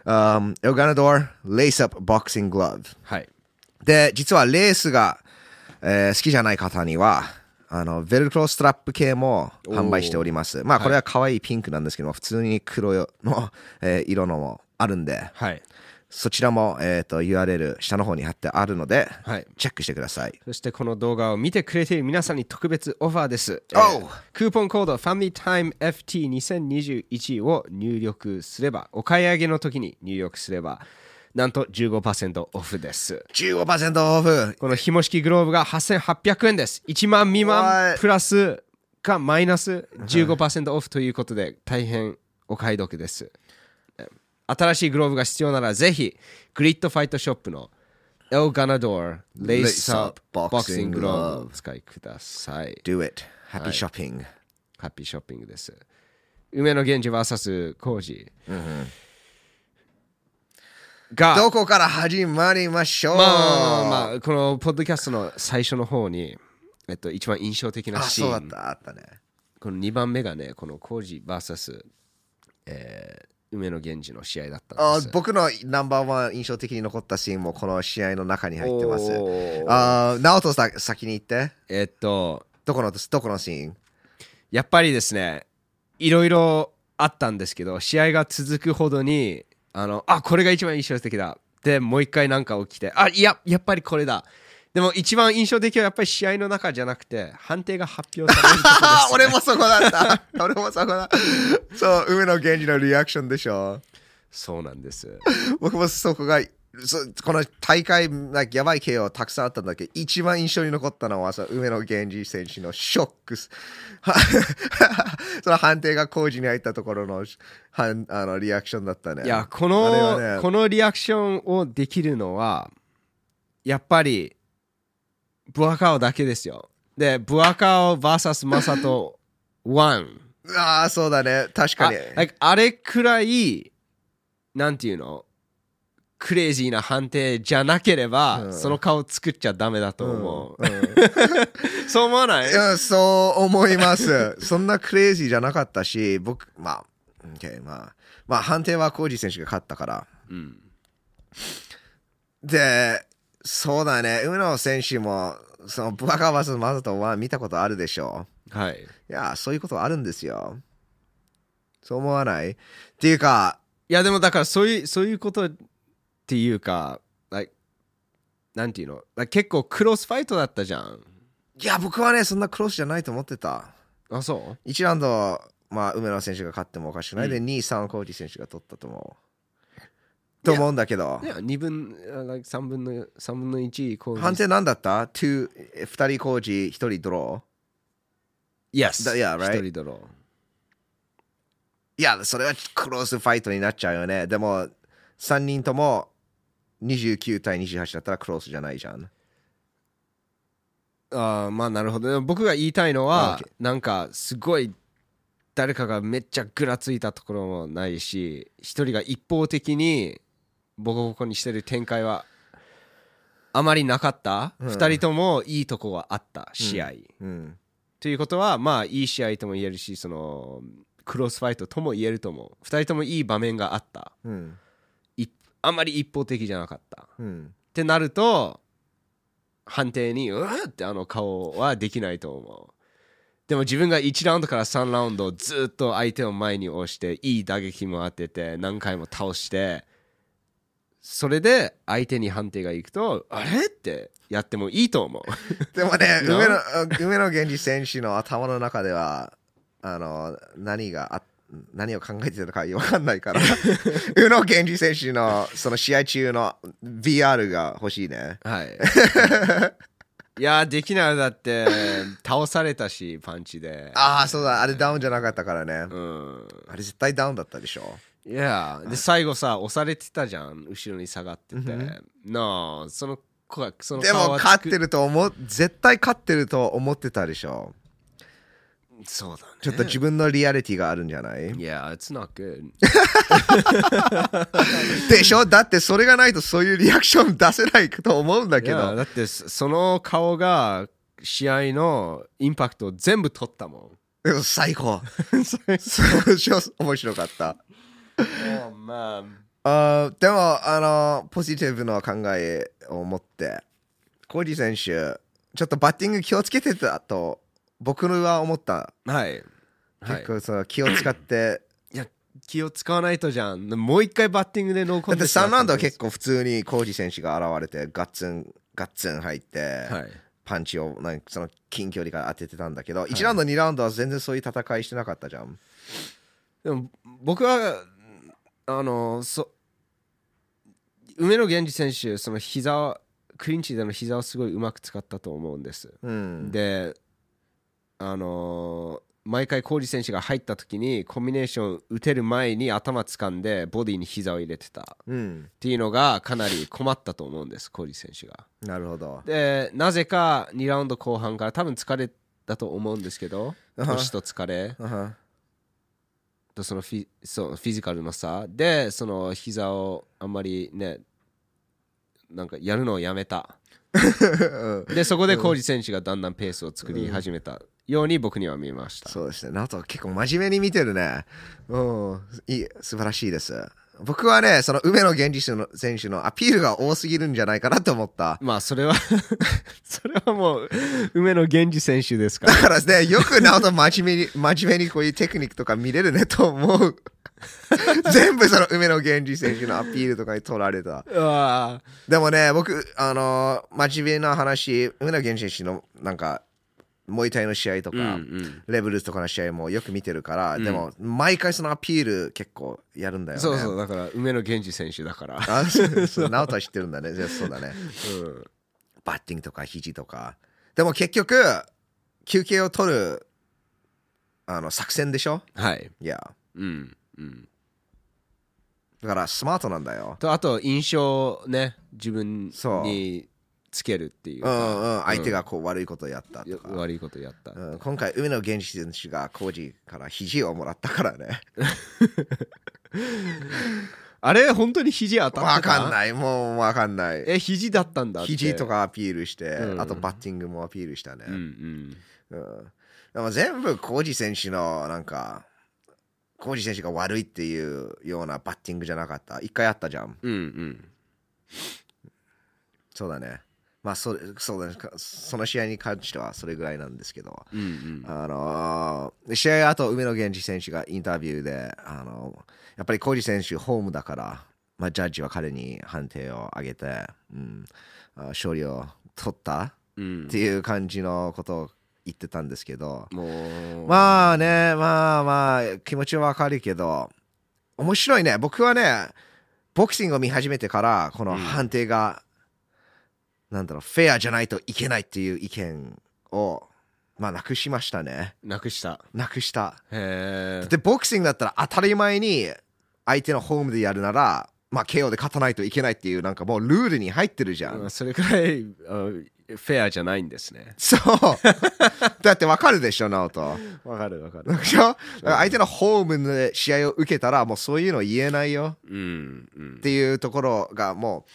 S1: Um, e l g a n a d o r Lace Up Boxing Glove。
S2: はい
S1: で、実はレースが、えー好きじゃない方には、あの、ベルクロストラップ系も販売しております。まあ、これは可愛いピンクなんですけども、普通に黒の、 えー色のもあるんで、
S2: はい
S1: そちらも、えっ、と、URL 下の方に貼ってあるので、
S2: はい
S1: チェックしてください。
S2: そしてこの動画を見てくれている皆さんに特別オファーです。
S1: Oh
S2: えークーポンコード FamilyTimeFT2021 を入力すれば、お買い上げの時に入力すれば、なんと15%オフです。
S1: 15%オフ
S2: この紐式グローブが8800円です。1万未満
S1: What？
S2: プラスかマイナス15%オフということで、大変お買い得です。新しいグローブが必要ならぜひグリッドファイトショップのエルガナドーレイスアップボクシンググローブをお使いください。
S1: Do it. Happy shopping.
S2: ハッピーショッピングです。梅野源氏 VS 浩二が、
S1: どこから始まりましょう、
S2: まあまあまあこのポッドキャストの最初の方に、えっと、一番印象的な
S1: あ、
S2: シ
S1: そうだ
S2: ー
S1: っ
S2: ン
S1: た、あったね。
S2: この2番目がねこの浩二 VS、えー、梅野源氏の試合だったん
S1: あ
S2: です
S1: 僕のナンバーワン印象的に残ったシーンもこの試合の中に入ってます
S2: おー。
S1: あー直人さん先に行って、
S2: えっと
S1: どこのどこのシーン
S2: やっぱりですねいろいろあったんですけど試合が続くほどにあのあこれが一番印象的だでもう一回なんか起きてあいややっぱりこれだでも一番印象的はやっぱり試合の中じゃなくて判定が発表されるとこ ろ
S1: あ俺もそこだった 俺もそこだそう、梅野源氏のリアクションでしょ
S2: そうなんです
S1: 僕もそこが、そこの大会、なんかやばい KO たくさんあったんだけど、一番印象に残ったのはさ、梅野源氏選手のショックス。 はその判定が工事に入ったところのはんあのリアクションだったね。
S2: いやこ
S1: あれは
S2: の
S1: ね
S2: このリアクションをできるのはやっぱりブアカオだけですよでブアカオ VS マサト1
S1: ああ、そうだね。確か
S2: あ
S1: に。
S2: like あれくらいなんていうのクレイジーな判定じゃなければ、
S1: うん
S2: その顔作っちゃダメだと思う、
S1: うんうん
S2: そう思わない
S1: いやそう思います。そんなクレイジーじゃなかったし、僕、まあ、OK まあ、まあ、判定は工事選手が勝ったから。
S2: うん
S1: で、そうだね、宇野選手も、そのブアカバスマザトは見たことあるでしょ。
S2: はいい
S1: い
S2: う
S1: や、そういうことあるんですよ。そう思わないっていうか、
S2: やでもだからそういうそういうことっていうか、like なんていうの、like 結構クロスファイトだったじゃん
S1: いや、僕はね、そんなクロスじゃないと思ってた。
S2: あそう
S1: 1ラウンド、まあ、梅野選手が勝ってもおかしくない。で、2、3、コーチ選手が取ったと思う。と思うんだけど
S2: い。や2分あ like 3分の3分の1こう
S1: 判定なんだった2 ?2 人コーチ、1人ドロ
S2: Yes
S1: That- yeah, right.
S2: 一人ドロ
S1: ーいや、それはクロスファイトになっちゃうよね。でも、3人とも29対28だったらクロスじゃないじゃん。
S2: あーまあなるほどでも僕が言いたいの
S1: あ
S2: は
S1: OK
S2: なんかすごい誰かがめっちゃぐらついたところもないし一人が一方的にボコボコにしてる展開はあまりなかった、
S1: うん
S2: 2人ともいいとこはあった試合、
S1: うん。
S2: ということはまあいい試合とも言えるしそのクロスファイトとも言えると思う2人ともいい場面があった
S1: うん。
S2: いあんまり一方的じゃなかった
S1: うん。
S2: ってなると判定にうーってあの顔はできないと思うでも自分が1ラウンドから3ラウンドずっと相手を前に押していい打撃も当てて何回も倒してそれで相手に判定がいくとあれってやってもいいと思う
S1: でもね、
S2: No？
S1: 梅野あ梅野源氏選手の頭の中では、あの、何があ何を考えてたのか分かんない から、宇野源氏選手のその試合中の VR が欲しいね。
S2: はいいやーできないだって倒されたしパンチで
S1: ああ、そうだ、あれダウンじゃなかったからね。
S2: うん
S1: あれ絶対ダウンだったでしょ。
S2: いやで最後さ押されてたじゃん後ろに下がっててなあその子がその
S1: で
S2: 顔
S1: も
S2: は
S1: 勝っ
S2: 作
S1: てると思う、絶対勝ってると思ってたでしょ。
S2: そうだね
S1: ちょっと自分のリアリティがあるんじゃない
S2: いや it's not good
S1: でしょだってそれがないとそういうリアクション出せないと思うんだ
S2: い
S1: け
S2: や
S1: ど。
S2: だってそその顔が試合のインパクトを全部取ったも
S1: でも最 高。
S2: んそれ
S1: そう超面白かった。
S2: もうまあ
S1: あーでも、あの、ポジティブな考えを持って、コーディ選手、ちょっとバッティング気をつけてたと、僕は思った。
S2: はいは
S1: 結
S2: い
S1: 構その気を使って、
S2: いや気を使わないとじゃんもう一回バッティングでノーコ
S1: だっ
S2: ン
S1: て
S2: テストだ
S1: 3
S2: った
S1: ラウンドは結構普通にコーディ選手が現れて、ガッツン、ガッツン入って、
S2: はい
S1: パンチをなんかその近距離から当ててたんだけど、1ラウンド、2ラウンドは全然そういう戦いしてなかったじゃん。
S2: でも僕はあのそ梅野源氏選手その膝をクリンチでの膝をすごいうまく使ったと思うんです、
S1: うん、
S2: であの毎回コージ選手が入った時にコンビネーション打てる前に頭掴んでボディに膝を入れてたっ
S1: うん、
S2: ていうのがかなり困ったと思うんですコージ選手が
S1: なるほど。
S2: でなぜか2ラウンド後半から多分疲れだと思うんですけど
S1: あは
S2: 腰と疲れ
S1: あ は
S2: とそのフィそうフィジカルの差でその膝をあんまりねなんかやるのをやめた
S1: うん
S2: でそこでコージ選手がだんだんペースを作り始めたように僕には見えました、
S1: そうですね。ナオト結構真面目に見てるね。うん、いい、素晴らしいです。僕はね、その梅野源氏選手の選手のアピールが多すぎるんじゃないかなと思った。
S2: まあそれは それはもう梅野源氏選手ですから
S1: だから ね、よくナオト真面目に、真面目にこういうテクニックとか見れるねと思 う。全部その梅野源氏選手のアピールとかに取られた。
S2: うわ
S1: でもね、僕、あのー真面目な話、梅野源氏選手のなんか、モイタイの試合とか、
S2: うんうん
S1: レブルスとかの試合もよく見てるから、でも毎回そのアピール結構やるんだよね。
S2: そうそうだから梅野源氏選手だから
S1: あそうそう直人は知ってるんだね。じゃあそうだね。
S2: うん
S1: バッティングとか肘とか。でも結局、休憩を取る、あの、作戦でしょ
S2: はい
S1: いや。
S2: うんうん
S1: だからスマートなんだよ。
S2: とあと印象をね自分
S1: そう
S2: につけるっていう
S1: う
S2: か
S1: んうん。相手がこう悪いことをやったとか。
S2: 悪いことやった、
S1: うん、今回、海野源氏選手がコージから肘をもらったからね。
S2: あれ本当に肘当たっ
S1: わ
S2: てた
S1: かんない。もうわかんない。
S2: え肘だったんだって
S1: 肘とかアピールして、
S2: うん
S1: あとバッティングもアピールしたね。
S2: うんうん
S1: うんでも全部、コージ選手の、なんか、コージ選手が悪いっていうようなバッティングじゃなかった。一回あったじゃん。
S2: うんうん
S1: そうだね。まあ、それそうだね。かその試合に関してはそれぐらいなんですけど。
S2: うんうん
S1: あのー試合後、梅野源氏選手がインタビューで、あのーやっぱりコージ選手、ホームだから、まあ、ジャッジは彼に判定を上げて、うん、あ勝利を取った
S2: うん
S1: っていう感じのことを言ってたんですけど、
S2: もう
S1: まあね、まあまあ、気持ちはわかるけど、面白いね。僕はね、ボクシングを見始めてから、この判定が、なんだろう、フェアじゃないといけないっていう意見を、まあ、なくしましたね。
S2: なくした
S1: なくした。
S2: へえ
S1: で、ボクシングだったら当たり前に、相手のホームでやるなら、まあ KO で勝たないといけないっていうなんかもうルールに入ってるじゃん、
S2: うんそれくらいあフェアじゃないんですね
S1: そう だってわかるでしょ直人
S2: わかるわかる
S1: でしょ相手のホームで試合を受けたらもうそういうの言えないよ
S2: うんうん
S1: っていうところがも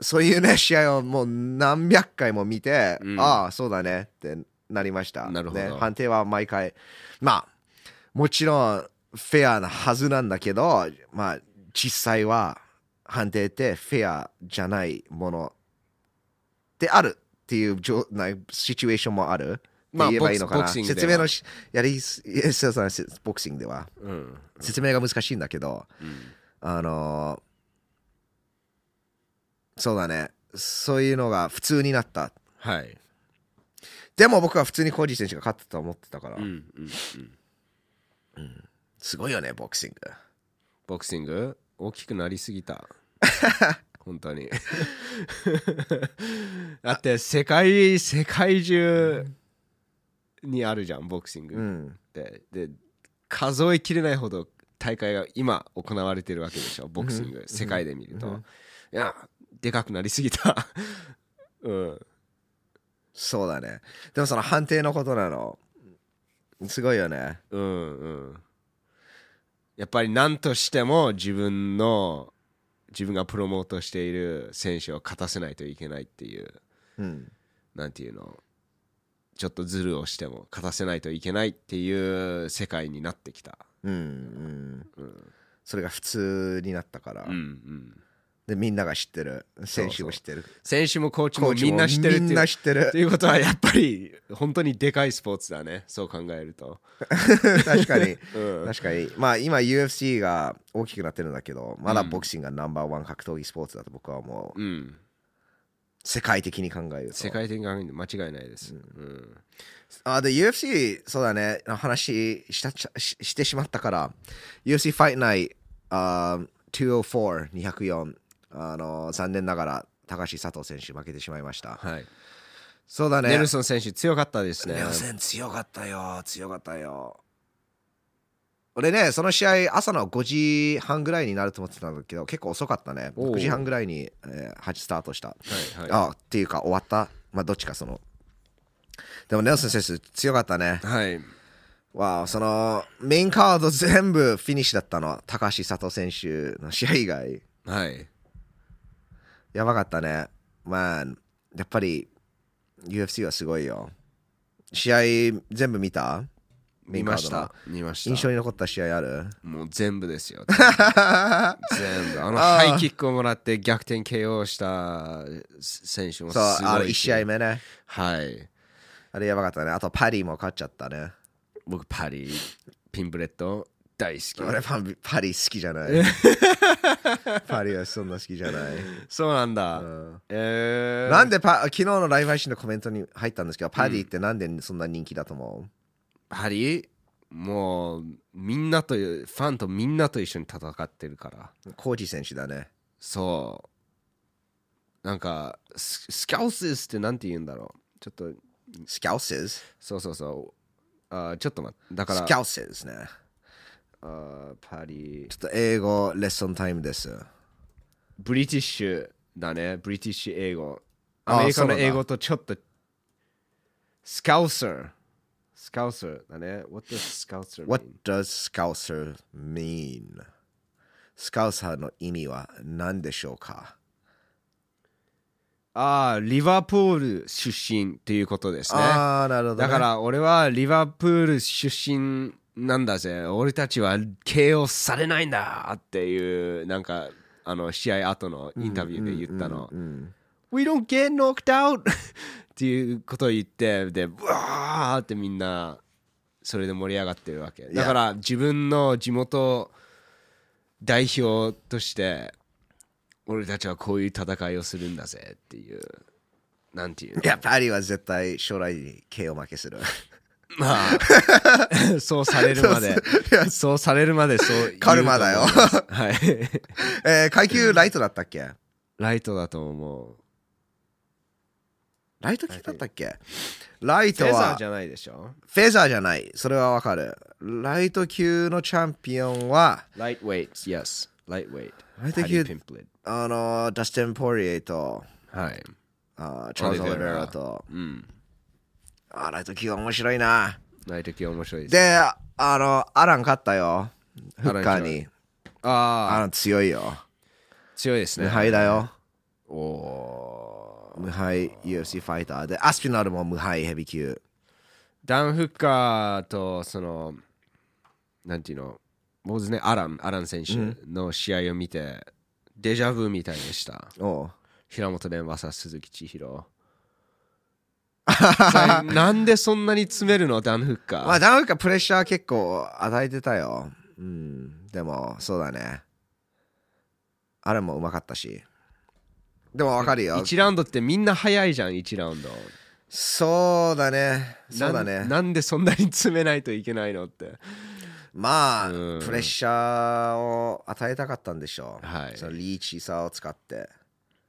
S1: うそういうね試合をもう何百回も見て、
S2: うん
S1: ああそうだねってなりました
S2: なるほど
S1: ね、判定は毎回まあもちろんフェアなはずなんだけどまあ実際は判定ってフェアじゃないものであるっていうじょなシチュエーションもあるって
S2: まあ
S1: 言えばいいのかな、
S2: ボクシングでは
S1: 説明のしやりすいやそうそうボクシングでは
S2: うん
S1: 説明が難しいんだけど、
S2: うん
S1: あのーそうだねそういうのが普通になった
S2: はい
S1: でも僕は普通にコージー選手が勝ったと思ってたから、
S2: うんうんうん
S1: すごいよねボクシング
S2: ボクシング大きくなりすぎ た本当に だって世界世界中にあるじゃんボクシング
S1: う
S2: っ
S1: ん
S2: て、で数えきれないほど大会が今行われてるわけでしょボクシング、
S1: うん
S2: 世界で見ると、
S1: うん
S2: いやでかくなりすぎた うん
S1: そうだねでもその判定のことなのすごいよね
S2: うんうんやっぱり何としても自分の自分がプロモートしている選手を勝たせないといけないっていう
S1: うん
S2: なんていうのちょっとズルをしても勝たせないといけないっていう世界になってきた
S1: うんうん
S2: うん
S1: それが普通になったから、
S2: うんうん
S1: でみんなが知ってる選手も知ってる
S2: 選手もコーチも
S1: コーチ
S2: みんな知ってるって
S1: みん
S2: いう
S1: な知って
S2: って
S1: る
S2: いうことはやっぱり本当にでかいスポーツだ ねそう考えると、
S1: 確か に
S2: うん、
S1: 確かにまあ今 UFC が大きくなってるんだけどまだボクシングがナンバーワン格闘技スポーツだと僕は思う、
S2: うん、
S1: 世界的に考えると
S2: 世界的に考えると間違いないです、うん
S1: あで UFC そうだね話したしししてしまったから UFC ファイトナイ204204あの残念ながら高橋佐藤選手負けてしまいました
S2: はい
S1: そうだね
S2: ネルソン選手強かったですね
S1: ネルソン強かったよ強かったよ俺ねその試合朝の5時半ぐらいになると思ってたんだけど結構遅かったね
S2: おう
S1: 6時半ぐらいに、え8スタートした
S2: はいはい
S1: あっていうか終わったまあどっちかそのでもネルソン選手強かったね
S2: はい
S1: わあそのメインカード全部フィニッシュだったの高橋佐藤選手の試合以外
S2: はい
S1: やばかったねまあやっぱり UFC はすごいよ試合全部見た
S2: 見ました見ました
S1: 印象に残った試合ある
S2: もう全部です よ全部あのハイキックをもらって逆転 KO した選手もす
S1: そう
S2: ごいし
S1: あの1試合目ね
S2: はい
S1: あれやばかったねあとパリも勝っちゃったね
S2: 僕パリピンブレット大好き
S1: 俺パパリ好きじゃないパリはそんな好きじゃない、
S2: そうなんだ、
S1: うん
S2: えー、
S1: なんでパ昨日のライブ配信のコメントに入ったんですけどパディってなんでそんな人気だと思
S2: パリもうみんなとファンとみんなと一緒に戦ってるから
S1: うコーチ選手だね
S2: そうなんかススキャウスってなんて言うんだろうちょっと
S1: スキャウセズ
S2: そうそうそうあーちょっと待ってだか
S1: ス
S2: ら
S1: キャウセズね
S2: あーパリ
S1: ちょっと英語レッスンタイムです
S2: ブリティッシュだね、ブリティッシュ英語。
S1: あー
S2: アメリカ
S1: そうな
S2: の
S1: んだ
S2: 英語とちょっと。スカウサー。スカウサーだね。What does スカウサー
S1: What
S2: mean?
S1: does scouser mean? スカウサーの意味は何でしょうか
S2: ああ、リバプール出身っていうことですね。
S1: ああなるほど、ね、
S2: だから俺はリバプール出身なんだぜ。俺たちは KO されないんだっていう、なんか、あの、試合後のインタビューで言ったの。We don't get knocked out! っていうことを言って、で、うわーってみんな、それで盛り上がってるわけ。だから、自分の地元代表として、俺たちはこういう戦いをするんだぜっていう、なんていうの
S1: いやパリは絶対将来に KO 負け する
S2: まあ、そうされるまで、そうされるまでそう言うと思いま
S1: カ
S2: す。
S1: ルマだよ
S2: はい。
S1: えー階級ライトだったっけ
S2: ライトだと思う。
S1: ライト級だったっけライ
S2: フ
S1: ト
S2: ェザー
S1: は
S2: じゃないでしょ
S1: フェザーじゃないそれはわかるライト級のチャンピオンは
S2: ライトウェイト、yes。 Lightweight。
S1: I think
S2: Paddy
S1: you-
S2: Pimplett
S1: あの、ダスティン・ポリエと、
S2: はい。
S1: あチャールズ・オ
S2: オリ
S1: リ
S2: ベ
S1: ベ
S2: イラ
S1: ラと、
S2: うん。
S1: あの時は面白いな。
S2: 内的面白いです。
S1: で、あの、アラン勝ったよ。フッカーに。
S2: ああ、
S1: アラン強いよ。
S2: 強いですね。
S1: 無敗だよ。
S2: おおー。
S1: 無敗 UFC ファイターで、アスピナルも無敗ヘビー級。
S2: ダン・フッカーと、その、なんていうの、坊主ね、アラン、アラン選手の試合を見て、デジャブみたいでした。
S1: おう
S2: 平本蓮 VS 鈴木 千尋さなんでそんなに詰めるのダンフッカー、
S1: まあ、ダウンかプレッシャー結構与えてたよ。うん。でも、そうだね。あれもうまかったし。でもわかるよ。
S2: 1ラウンドってみんな早いじゃん1ラウンド
S1: そうだね。そうだ
S2: な
S1: ね
S2: ん。なんでそんなに詰めないといけないのって
S1: まあ、
S2: うん
S1: プレッシャーを与えたかったんでしょう。
S2: はい
S1: そのリーチさを使って。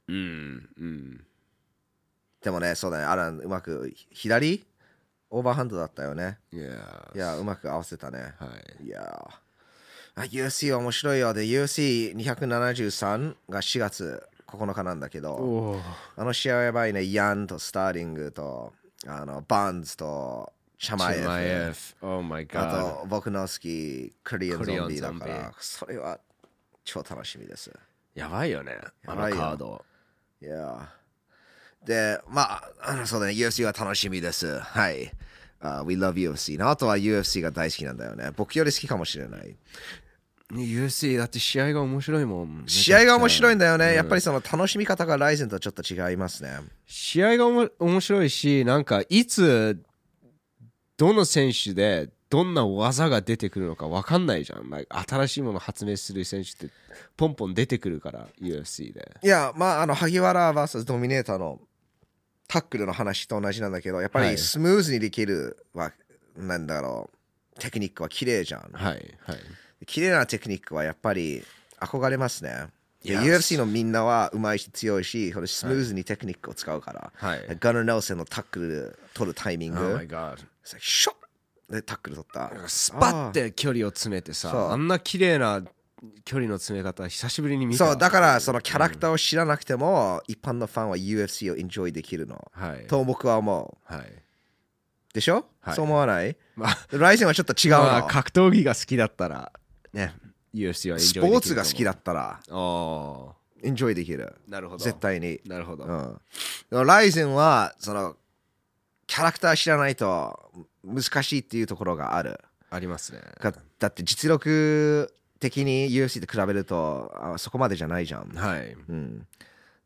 S2: うんうん
S1: でもね、そうだね。アラン、うまく、左オーバーハンドだったよね。
S2: いや
S1: いや、うまく合わせたね。
S2: はい
S1: いやーあ UFC 面白いよ。で、UFC273 が4月9日なんだけど、
S2: お
S1: あの試合はやばいね。ヤンとスターリングと、あの、バーンズと、シャマエフ。
S2: フ Oh my
S1: あ
S2: god
S1: と、僕の好き、クリアンゾンビだ
S2: コ
S1: か
S2: リアンゾン
S1: ら、それは超楽しみです。
S2: やばいよねあ
S1: やば
S2: の
S1: いよ
S2: カード
S1: いやーで、まあ、あの、そうだね、UFC は楽しみです。はい。あ We love UFC。なあとは UFC が大好きなんだよね。僕より好きかもしれない。
S2: ね UFC だって試合が面白いもん
S1: 試合が面白いんだよ
S2: う
S1: ね。やっぱりその楽しみ方がライゼンとちょっと違いますね。
S2: 試合がおも面白いしなんかいつどの選手でどんな技が出てくるのか分かんないじゃん、まあ新しいもの発明する選手ってポンポン出てくるから UFC で
S1: いや、まあ、あの、萩原 VS ドミネーターのタックルの話と同じなんだけど、やっぱ
S2: は
S1: り
S2: い
S1: スムーズにできるは、なんだろう、テクニックは綺麗じゃん。
S2: はいはい
S1: 綺麗なテクニックはやっぱり憧れますね。で
S2: Yes
S1: UFC のみんなはうまいし強いし、これスムーズにテクニックを使うから、
S2: はい
S1: ガナー・ネルセンのタックル取るタイミン
S2: Oh
S1: グ、
S2: god
S1: ショッでタックル取った。
S2: スパッて距離を詰めて
S1: そ
S2: さ
S1: う
S2: あんな綺麗な距離の詰め方久しぶりに見た
S1: そうだからそのキャラクターを知らなくても、一般のファンは UFC をエンジョイできるの、
S2: はい
S1: と僕は思う
S2: はい
S1: でしょ、
S2: はい
S1: そう思わない
S2: まあ
S1: ライゼンはちょっと違うの、
S2: まあ格闘技が好きだったらね UFC はエン
S1: ス
S2: ジョイできる
S1: ポーツが好きだ
S2: っ
S1: ったら
S2: たあ
S1: エンジョイできる
S2: あなるほど
S1: 絶対に、
S2: なるほど、
S1: うんでも、ライゼンはそのキャラクター知らないと難しいっていうところがある
S2: ありますね
S1: がだって実力的に UFC と比べるとあそこまでじゃないじゃん
S2: はい
S1: うん、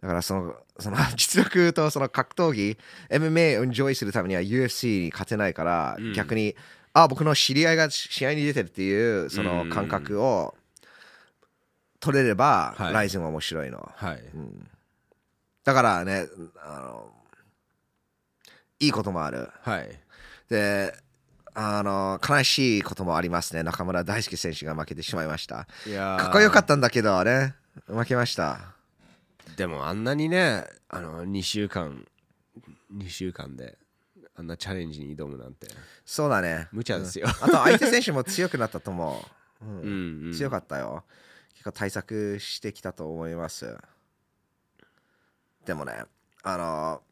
S1: だからそのその 実力とその格闘技 MMA をエンジョイするためには UFC に勝てないから、
S2: うん
S1: 逆にあ僕の知り合いが試合に出てるっていうそ
S2: う
S1: の
S2: ん
S1: 感覚を取れれば、
S2: はい
S1: ライズンは面白いの、
S2: はい。
S1: うん、だからねあのいいこともある
S2: はい。
S1: であの悲しいこともありますね中村大輔選手が負けてしまいました
S2: いやー
S1: かっこよかったんだけどね負けました
S2: でもあんなにね、あの、2週間、2週間で、あんなチャレンジに挑むなんて、
S1: そうだね
S2: 無茶ですよ。
S1: あと相手選手も強くなったと思う。う
S2: うんん、うん。
S1: 強かったよ。結構対策してきたと思います。でもね、あの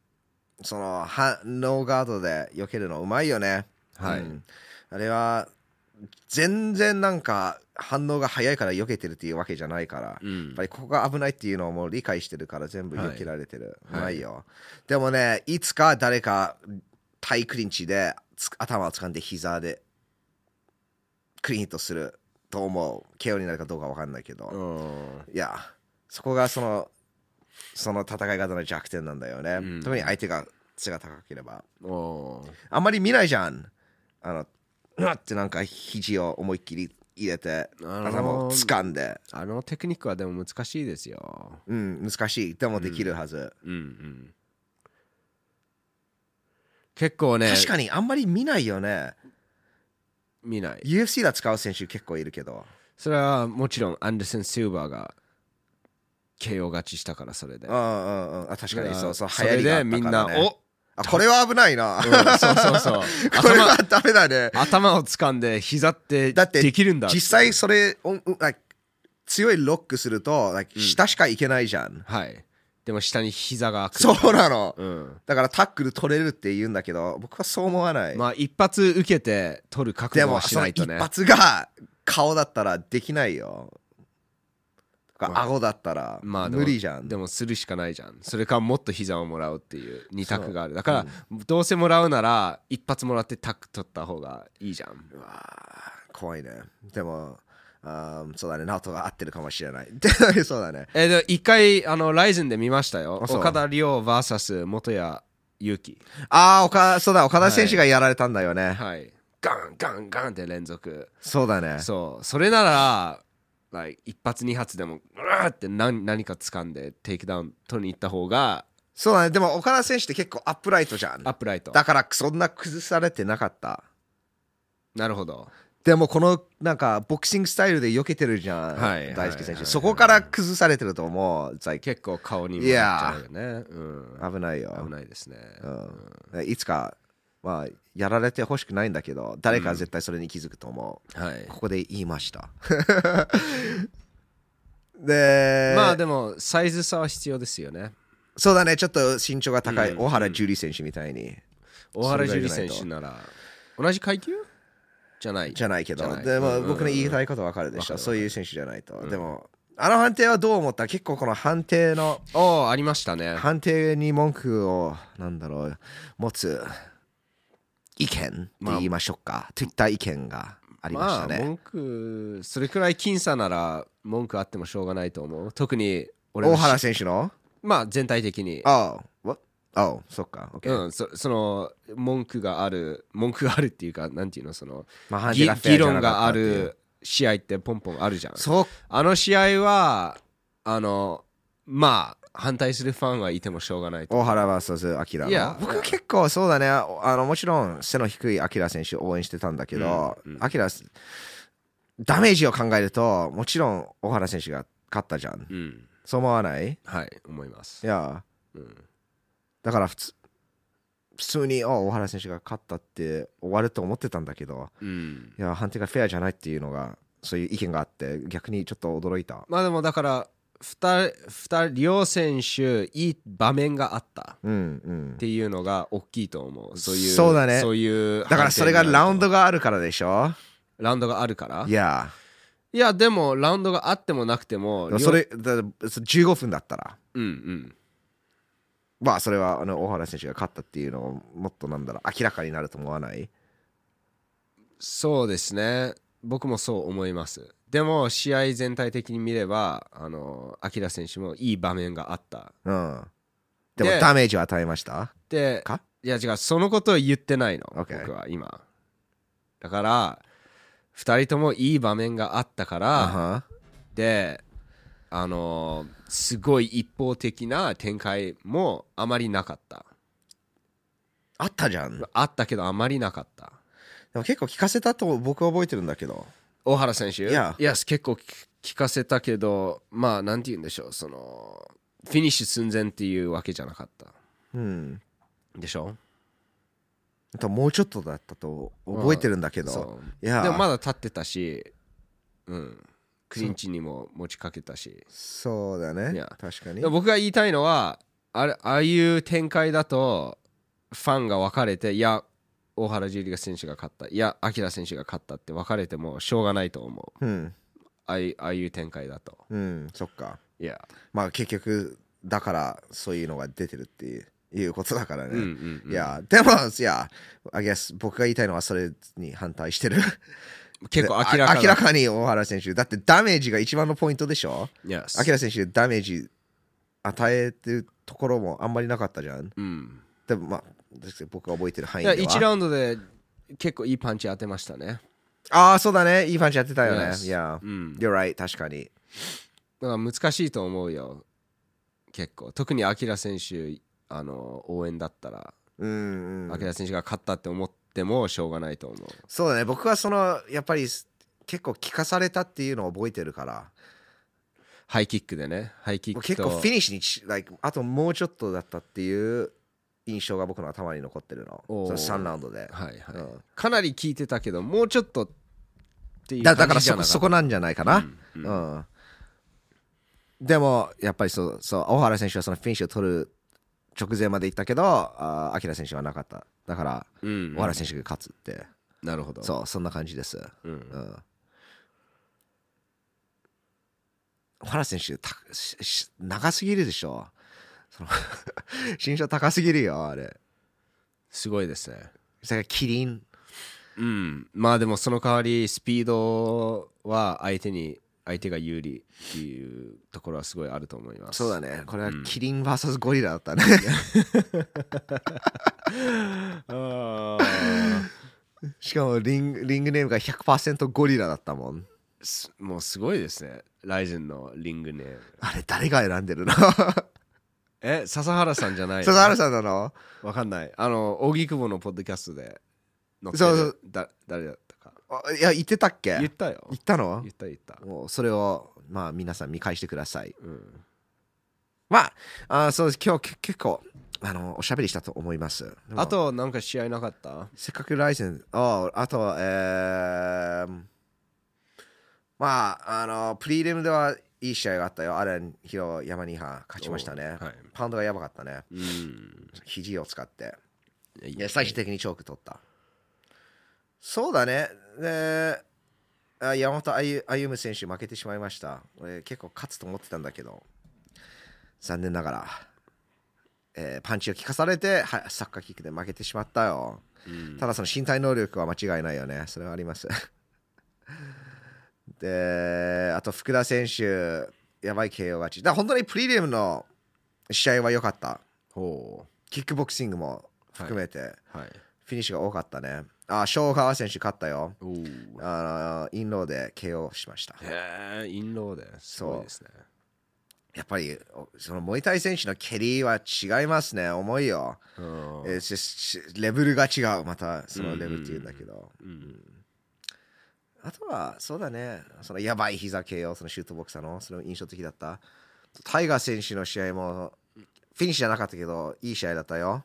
S1: そのはノーガードで避けるのうまいよね。
S2: はい
S1: うんあれは全然なんか反応が早いから避けてるっていうわけじゃないから。
S2: う
S1: やっ
S2: ん
S1: ぱ。りここが危ないっていうのをもう理解してるから全部避けられてる、
S2: はいう
S1: まいよでもねいつか誰かタイクリンチでつ頭を掴んで膝でクリーンヒットすると思う KO になるかどうか分かんないけ
S2: う
S1: ど、
S2: ん
S1: いやそこがそのその戦い方の弱点なんだよね、
S2: うん
S1: 特に相手が背が高ければ
S2: おー
S1: あんまり見ないじゃんあのうわってなんか肘を思いっきり入れて
S2: あのー
S1: 頭を掴んで
S2: あのテクニックはでも難しいですよ。
S1: うん難しいでもできるはず、
S2: うんうん。結構ね、
S1: 確かにあんまり見ないよね
S2: 見ない。
S1: UFC だ使う選手結構いるけど
S2: それはもちろんアンデルセン・シルバーが KO 勝ちしたからそれで。
S1: うんうんうんあ確かにそうそう
S2: そ
S1: 流行
S2: れ
S1: りがあっ
S2: で
S1: た
S2: みん
S1: から、
S2: な、
S1: ね、
S2: お
S1: あこれは危ないな、
S2: う
S1: こ
S2: んそうそうそう。
S1: れは
S2: 頭
S1: ダメだね
S2: 頭を掴んで膝って
S1: だって
S2: できるんだ。
S1: 実際それおうあ強いロックすると、like 下しか行けないじゃん。
S2: はいでも下に膝が来る
S1: そうなの。
S2: うん
S1: だからタックル取れるって言うんだけど、僕はそう思わない。
S2: まあ一発受けて取る覚
S1: で
S2: 悟
S1: も、
S2: はし
S1: そ
S2: な
S1: の
S2: い
S1: 一
S2: とね
S1: 発が顔だったらできないよ。とか
S2: まあ
S1: 顎だったら
S2: まあでも
S1: 無理じゃん。
S2: でもするしかないじゃんそれかもっと膝をもらうっていう二択があるだか
S1: う
S2: らどうせもらうなら一発もらってタック取った方がいいじゃん
S1: うわー怖いね。でも、あーそうだね、ナオトが合ってるかもしれない。 でそうだね。
S2: えーでも一回あのライズンで見ましたよ
S1: あそう
S2: 岡田亮 VS 元谷勇気
S1: ああ、岡そうだ、岡田選手がやられたんだよね。
S2: はいガンガンガンって連続
S1: そうだね。
S2: そうそれなら、like 一発二発でもうわーって何何か掴んでテイクダウン取りに行った方が
S1: そうだね。でも、岡田選手って結構アップライトじゃん。
S2: アップライト
S1: だから、そんな崩されてなかった。
S2: なるほど
S1: でも、この、なんか、ボクシングスタイルで避けてるじゃん。
S2: はい
S1: 大輔選
S2: はいはいは
S1: 手。
S2: い
S1: そこから崩されてると思う。It's like
S2: 結構顔にもなっちゃうよね、うん、
S1: 危ないよ
S2: 危。ないですね、
S1: うん、いつか、まあ、やられてほしくないんだけど、誰かは絶対それに気づくと思う。
S2: はい
S1: ここで言いま した。で、
S2: まあでもサイズ差は必要ですよね
S1: そうだね、ちょっと身長が高い、小原樹里選手みたいに。
S2: 大原樹里選手なら同じ階級じゃない
S1: じゃないけど
S2: じゃない
S1: でも
S2: うん
S1: 僕の言いたいことわかるでしょ
S2: わかるわかる
S1: そういう選手じゃないと、でもあの判定はどう思った結構この判定の
S2: おーありましたね
S1: 判定に文句をなんだろう持つ意見って言いましょうか、といった意見がありました
S2: まあ
S1: ね、
S2: 文句それくらい僅差なら文句あってもしょうがないと思う特に俺の
S1: 大原選手の
S2: まあ全体的に
S1: ああああそっか OK、
S2: うん、そその文句がある文句があるっていうかなんていうのその
S1: まあ判定
S2: ぎ
S1: がフェア
S2: 議
S1: じゃ
S2: 論
S1: なか
S2: が
S1: った
S2: あ
S1: っていう
S2: る試合ってポンポンあるじゃん
S1: そう
S2: あの試合はあのまあ反対するファンはいてもしょうがないと
S1: 大原 VS アキラの
S2: いや
S1: 僕結構そうだねあのもちろん背の低いアキラ選手を応援してたんだけど、
S2: うんうん
S1: アキラダメージを考えるともちろん大原選手が勝ったじゃん
S2: うん
S1: そう思わない
S2: はい思います
S1: いや
S2: うん
S1: だから普通普通にあ大原選手が勝ったって終わると思ってたんだけど
S2: うん
S1: いや判定がフェアじゃないっていうのがそういう意見があって逆にちょっと驚いた
S2: まあでもだから2人二人両選手いい場面があった
S1: うんうん
S2: っていうのが大きいと思うそういう
S1: そうだね
S2: そういう
S1: だからそれがラウンド
S2: が
S1: があるからでしょ
S2: ラウンドがあるから
S1: いや
S2: いやでもラウンドがあってもなくても両
S1: それだ15分だったら
S2: うんうん
S1: まあそれはあの大原選手が勝ったっていうのをもっとなんだろう明らかになると思わない
S2: そうですね僕もそう思いますでも試合全体的に見ればあの明選手もいい場面があった
S1: うんでも
S2: で
S1: ダメージを与えました
S2: で
S1: か
S2: いや違うそのことを言ってないの、
S1: OK
S2: 僕は今だから2人ともいい場面があったから、
S1: あ
S2: であのーすごい一方的な展開もあまりなかった
S1: あったじゃんで
S2: あったけどあまりなかった
S1: も結構聞かせたと僕は覚えてるんだけど
S2: 大原選手
S1: いや
S2: 結構聞聞かせたけどまあなんて言うんでしょうそのフィニッシュ寸前っていうわけじゃなかった
S1: うん
S2: でしょ
S1: あともうちょっとだったと覚えてるんだけど
S2: そう
S1: いや
S2: でもまだ立ってたしうんクリンチにも持ちかけたし
S1: そうだね
S2: いや
S1: 確かに
S2: でも僕が言いたいのはあれああいう展開だとファンが分かれていや大原樹里が選手が勝ったいや明選手が勝ったって分かれてもしょうがないと思う
S1: うん
S2: ああいうああいう展開だと
S1: うんそっか
S2: いや
S1: まあ結局だからそういうのが出てるっていういうことだから
S2: うん
S1: ね
S2: うんうん
S1: いやでもいや I guess 僕が言いたいのはそれに反対してる
S2: 結構
S1: あ
S2: 明らかな
S1: 明らかに大原選手だってダメージが一番のポイントでしょ
S2: Yes
S1: 明選手ダメージ与えてるところもあんまりなかったじゃん
S2: うん
S1: でもまあ確かに僕が覚えてる範囲
S2: い
S1: で
S2: や
S1: は
S2: 1ラウンドで結構いいパンチ当てましたね
S1: ああそうだねいいパンチやってたよね
S2: Yes
S1: いや、
S2: うんだ
S1: You're right 確かに
S2: から難しいと思うよ結構特に明選手あの応援だったら
S1: うん、うん、
S2: 明選手が勝ったって思ってもしょうがないと思う
S1: そうだね僕はそのやっぱり結構聞かされたっていうのを覚えてるから
S2: ハイキックでねハイキックと
S1: 結構フィニッシュにち、like あともうちょっとだったっていう印象が僕の頭に残ってるの
S2: おー
S1: その3ラウンドで、
S2: はいはい、
S1: うん
S2: かなり効いてたけどもうちょっとっていう
S1: だだから
S2: 感じじゃ
S1: そ
S2: な
S1: こ
S2: かった
S1: そこなんじゃないかな、
S2: うん
S1: うんでも、やっぱりそう、そう、大原選手はそのフィニッシュを取る直前まで行ったけど、あー明選手はなかった。だから、
S2: うん
S1: 小原選手が勝つって、
S2: なるほど
S1: そう、そんな感じです。
S2: う、ん
S1: うん。小原選手たしし長すぎるでしょ。その 身長高すぎるよ、あれ。
S2: すごいですね
S1: それからキリン。
S2: うんまあでもその代わりスピードは相手に相手が有利っていうところはすごいあると思います
S1: そうだね。これはキリン VS ゴリラだったね。
S2: あ
S1: しかもリンリングネームが100%ゴリラだったもん。
S2: ーもうすごいですねライゼンのリングネーム
S1: あれ、誰が選んでるの
S2: え笹原さんじゃない
S1: 笹原さんなの
S2: わかんないあの荻窪のポッドキャストで載ってる
S1: そうそう
S2: だ誰だったか
S1: あいや、言ってたっけ
S2: 言
S1: 言
S2: ったよ
S1: ったの
S2: 言った言った
S1: もうそれを、まあ、皆さん見返してください。
S2: うん
S1: まあ、あーそうです。今日け結構、あの、おしゃべりしたと思います。でも
S2: あ、となんか試合なかった
S1: せっかくライセン、ああと、えー、まあ、あの、プリレムではいい試合があったよ。アレン、ヒロ、ヤマニハ、勝ちましたね。
S2: おはい
S1: パウンドがやばかったね。
S2: うん
S1: 肘を使って。
S2: いやい
S1: いや最終的にチョーク取ったそうだねであ山本歩歩夢選手負けてしまいました俺結構勝つと思ってたんだけど残念ながら、えーパンチを効かされてはサッカーキックで負けてしまったよ
S2: うん
S1: ただその身体能力は間違いないよねそれはあります であと福田選手やばい KO 勝ちだから本当にプリリムの試合は良かった
S2: ほ
S1: キックボクシングも含めて、
S2: うはい
S1: フィニッシュが多かったね。あ、小川選手勝ったよ。
S2: おお
S1: あのインローで KO しました。
S2: へえインローですごいですね
S1: やっぱり、おそのモイタイ選手の蹴りは違いますね。重いよ。
S2: うん
S1: えーししレベルが違う。また、そのレベルって言うんだけど。
S2: うん
S1: あとは、そうだね。そのやばい膝 KO、そのシュートボクサーの、それも印象的だった。タイガー選手の試合も、フィニッシュじゃなかったけど、いい試合だったよ。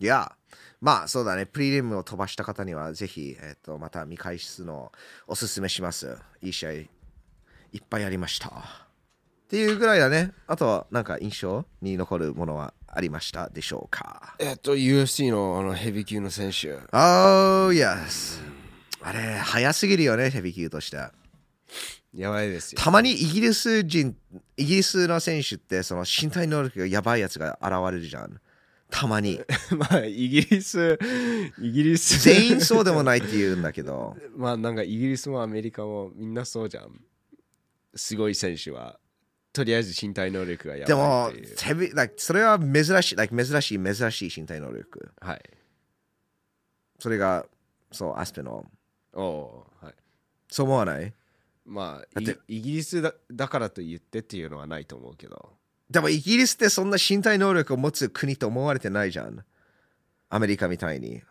S1: いや、まあそうだね、プリリムを飛ばした方には、ぜひ、えっと、また見返すのをおすすめします。いい試合、いっぱいありました。っていうぐらいだね。あとは、なんか印象に残るものはありましたでしょうか。
S2: えっと UFC のあのヘビー級の選手
S1: Oh, yes. あれ、早すぎるよね、ヘビー級として。
S2: やばいですよ
S1: たまにイギリス人、イギリスの選手って、その身体能力がやばいやつが現れるじゃん。たまに。
S2: まあイギリスイギリス
S1: 全員そうでもないって言うんだけ ど。
S2: まあなんかイギリスもアメリカもみんなそうじゃん。すごい選手はとりあえず身体能力がや
S1: でも
S2: ばいっていう。、
S1: ヘビ like それは珍しい、like 珍しい、珍しい身体能力。
S2: はい。
S1: それが、そう、アスペの。
S2: おおう、はい。
S1: そう思わない
S2: まあ
S1: だって
S2: イイギリスだだからと言ってっていうのはないと思うけど。
S1: でも、イギリスってそんな身体能力を持つ国と思われてないじゃん。アメリカみたいに。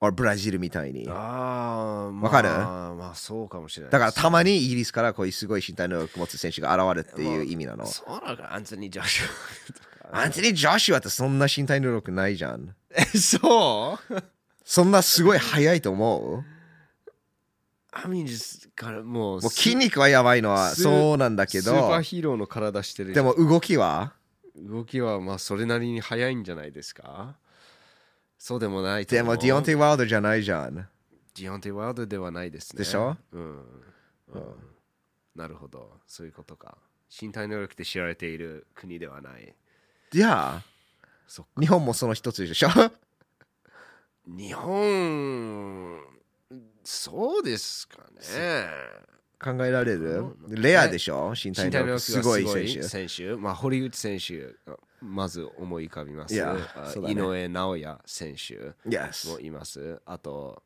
S1: or ブラジルみたいに。だ
S2: ああ、ま
S1: わ
S2: あ、
S1: かる
S2: まあそうかもしれない。
S1: から、たまにイギリスからこういうすごい身体能力を持つ選手が現れるっていう意味なの。
S2: そうなのか、アンソニー・ジョシュアとか。
S1: アンテニー・ジョシュアってそんな身体能力ないじゃん。
S2: え、そう
S1: そんなすごい速いと思う
S2: アミンジからもう
S1: もう筋
S2: だ
S1: 肉はやばいのは
S2: スー
S1: そうなんだけ
S2: スーパー
S1: ど、
S2: ヒーローの体してるじ
S1: で
S2: ゃん
S1: も動きは
S2: 動きはまあそれなりに速いんじゃないですかそうでもないと
S1: で
S2: 思う
S1: もディオンティ・ワールドじゃないじゃん。
S2: ディオンティ・ワールドではないですね。
S1: でしょ
S2: うん、うんなるほど。そういうことか。身体能力で知られている国ではない。
S1: いや、
S2: そっか。
S1: 日本もその一つでしょ
S2: 日本、そうですかね。
S1: 考えられる
S2: うん
S1: レアでしょ身体
S2: 身体
S1: 能力
S2: 能力が
S1: す
S2: す
S1: ご
S2: ご
S1: い選
S2: い
S1: 手。
S2: 選手。まあ、堀内選手、まず思い浮かびます。
S1: いや
S2: あ
S1: そうだね
S2: 井上尚弥選手。も
S1: Yes.
S2: います。あと、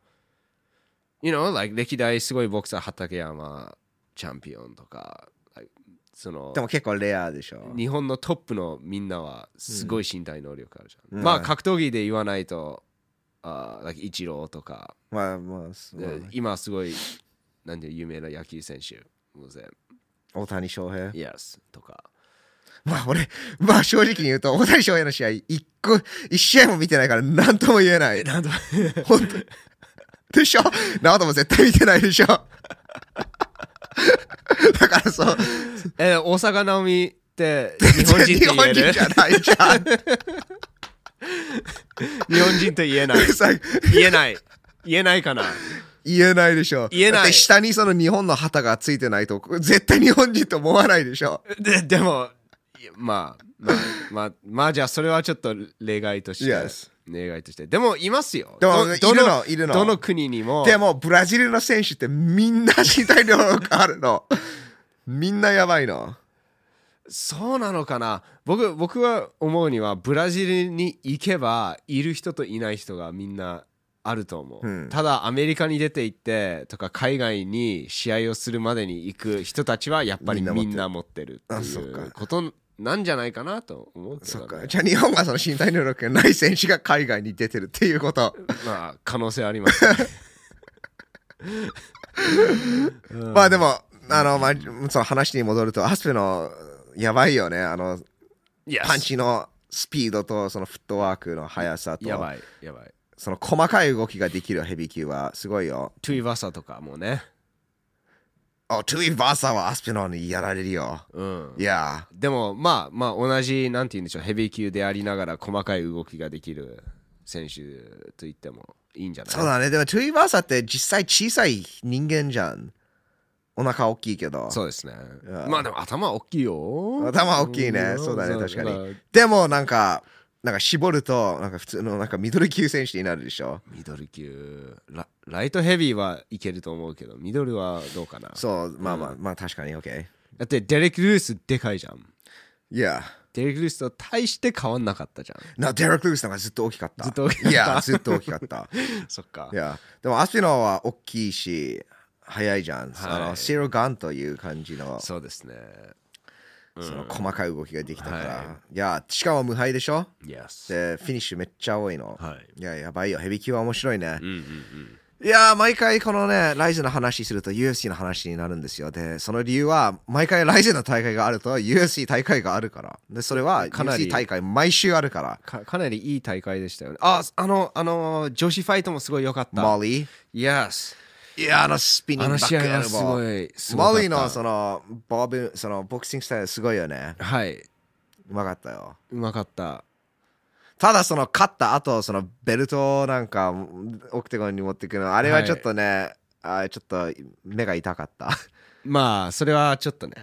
S2: you know, like, 歴代すごいボクサー畠山チャンピオンとか、like その
S1: でも結構レアでしょ
S2: 日本のトップのみんなはすごい身体能力あるじゃん。
S1: うん
S2: ま
S1: う
S2: あ
S1: ん
S2: 格闘技で言わないと、あー like イチローとか、
S1: まあまあ、そう
S2: で今すごいなんていう有名な野球選手、もう全
S1: 大谷翔平。
S2: Yes とか。
S1: まあ俺、まあ正直に言うと、大谷翔平の試合、一個、一試合も見てないから何とも言えない。
S2: なんと
S1: 本当にでしょなおとも絶対見てないでしょそう。
S2: え大阪直美 って日本人って言える
S1: 日本人じゃないじゃん。
S2: 日本人と言えない
S1: さ
S2: 言えない言えないかな
S1: 言えないでしょ。
S2: 言えない
S1: だって下にその日本の旗がついてないと、絶対日本人と思わないでしょ。
S2: ででもいやまあまあまあ、まあ、じゃあそれはちょっと例外として
S1: Yes
S2: 例外としてでもいますよ
S1: でも
S2: ど
S1: いるのいるの
S2: どの国にも
S1: でも、ブラジルの選手ってみんな身体能力あるの。みんなやばいの。
S2: そうなのかな僕僕が思うにはブラジルに行けばいる人といない人がみんなあると思う、
S1: うん
S2: ただアメリカに出て行ってとか海外に試合をするまでに行く人たちはやっぱり
S1: みんな持っ
S2: み
S1: てる
S2: んな持っ
S1: あそ
S2: てるって
S1: っ
S2: い
S1: か
S2: うことなんじゃないかなと思うけ
S1: そっ
S2: ど、
S1: か。
S2: ね、
S1: じゃあ日本はその身体能力がない選手が海外に出てるっていうこと。
S2: まあ可能性あります ね
S1: まあでも、あの、まあ、その話に戻ると、アスペの、やばいよね。あの、
S2: いや
S1: パンチのスピードと、そのフットワークの速さと、
S2: やばいやばい
S1: その細かい動きができるヘビー級は、すごいよ。
S2: トゥイバサとかもね
S1: あ、トゥイバーサーはアスペノにやられるよ。
S2: うん
S1: いや
S2: でもまあまあ同じなんて言うんでしょうヘビー級でありながら細かい動きができる選手と言ってもいいんじゃな
S1: ー、
S2: い
S1: そうだね。でもトゥイバーサーって実際小さい人間じゃん。お腹大きいけど。
S2: そうですね
S1: や
S2: まあでも頭大きいよ
S1: 頭大きいね
S2: ん
S1: そうだね確かに
S2: だら
S1: でもなんか、なんか絞ると、なんか普通のなんかミドル級選手になるでしょ。
S2: ミドル級ラライトヘビーはいけると思うけどミドルはどうかな
S1: そう、まあまあ、まあ確かに OK。
S2: だってデレック・ルースでかいじゃん
S1: いや。
S2: デレック・ルースと対して変わんなかったじゃん
S1: な、デレック・ルースなんかずっと大きかった。
S2: ずっと大きかった
S1: いや、ずっと大きかった。
S2: そっか
S1: いや、でもアスピノは大きいし、速いじゃん。
S2: はい
S1: あのシロガンという感じの
S2: そうですね
S1: その細かい動きができたから。、
S2: はい
S1: や、しかも無敗でしょ
S2: Yes
S1: で、フィニッシュめっちゃ多いの。
S2: はい
S1: いや、やばいよ。ヘビー級は面白いね
S2: うん。うんうん
S1: いやー、毎回このね、ライズの話すると UFC の話になるんですよ。で、その理由は、毎回ライズの大会があると UFC 大会があるから。で、それは
S2: かなり
S1: UFC 大会毎週あるから。
S2: かかなりいい大会でしたよね。あ、あの、あの、女子ファイトもすごい良かった。
S1: モリ
S2: yes。
S1: ーいやー、あのスピニン
S2: あ
S1: グバッ
S2: の試
S1: クエ
S2: 合は
S1: ル
S2: す
S1: ボー
S2: ごい、すごかっ
S1: モ
S2: た
S1: リーのそのボブそのボクシングスタイルすごいよね
S2: はい、う
S1: うまかったよ
S2: まかった。
S1: ただその勝った後そのベルトをなんかオクテゴンに持ってくのあれはちょっとね、あちょっと目が痛かった
S2: まあ、それはちょっとね、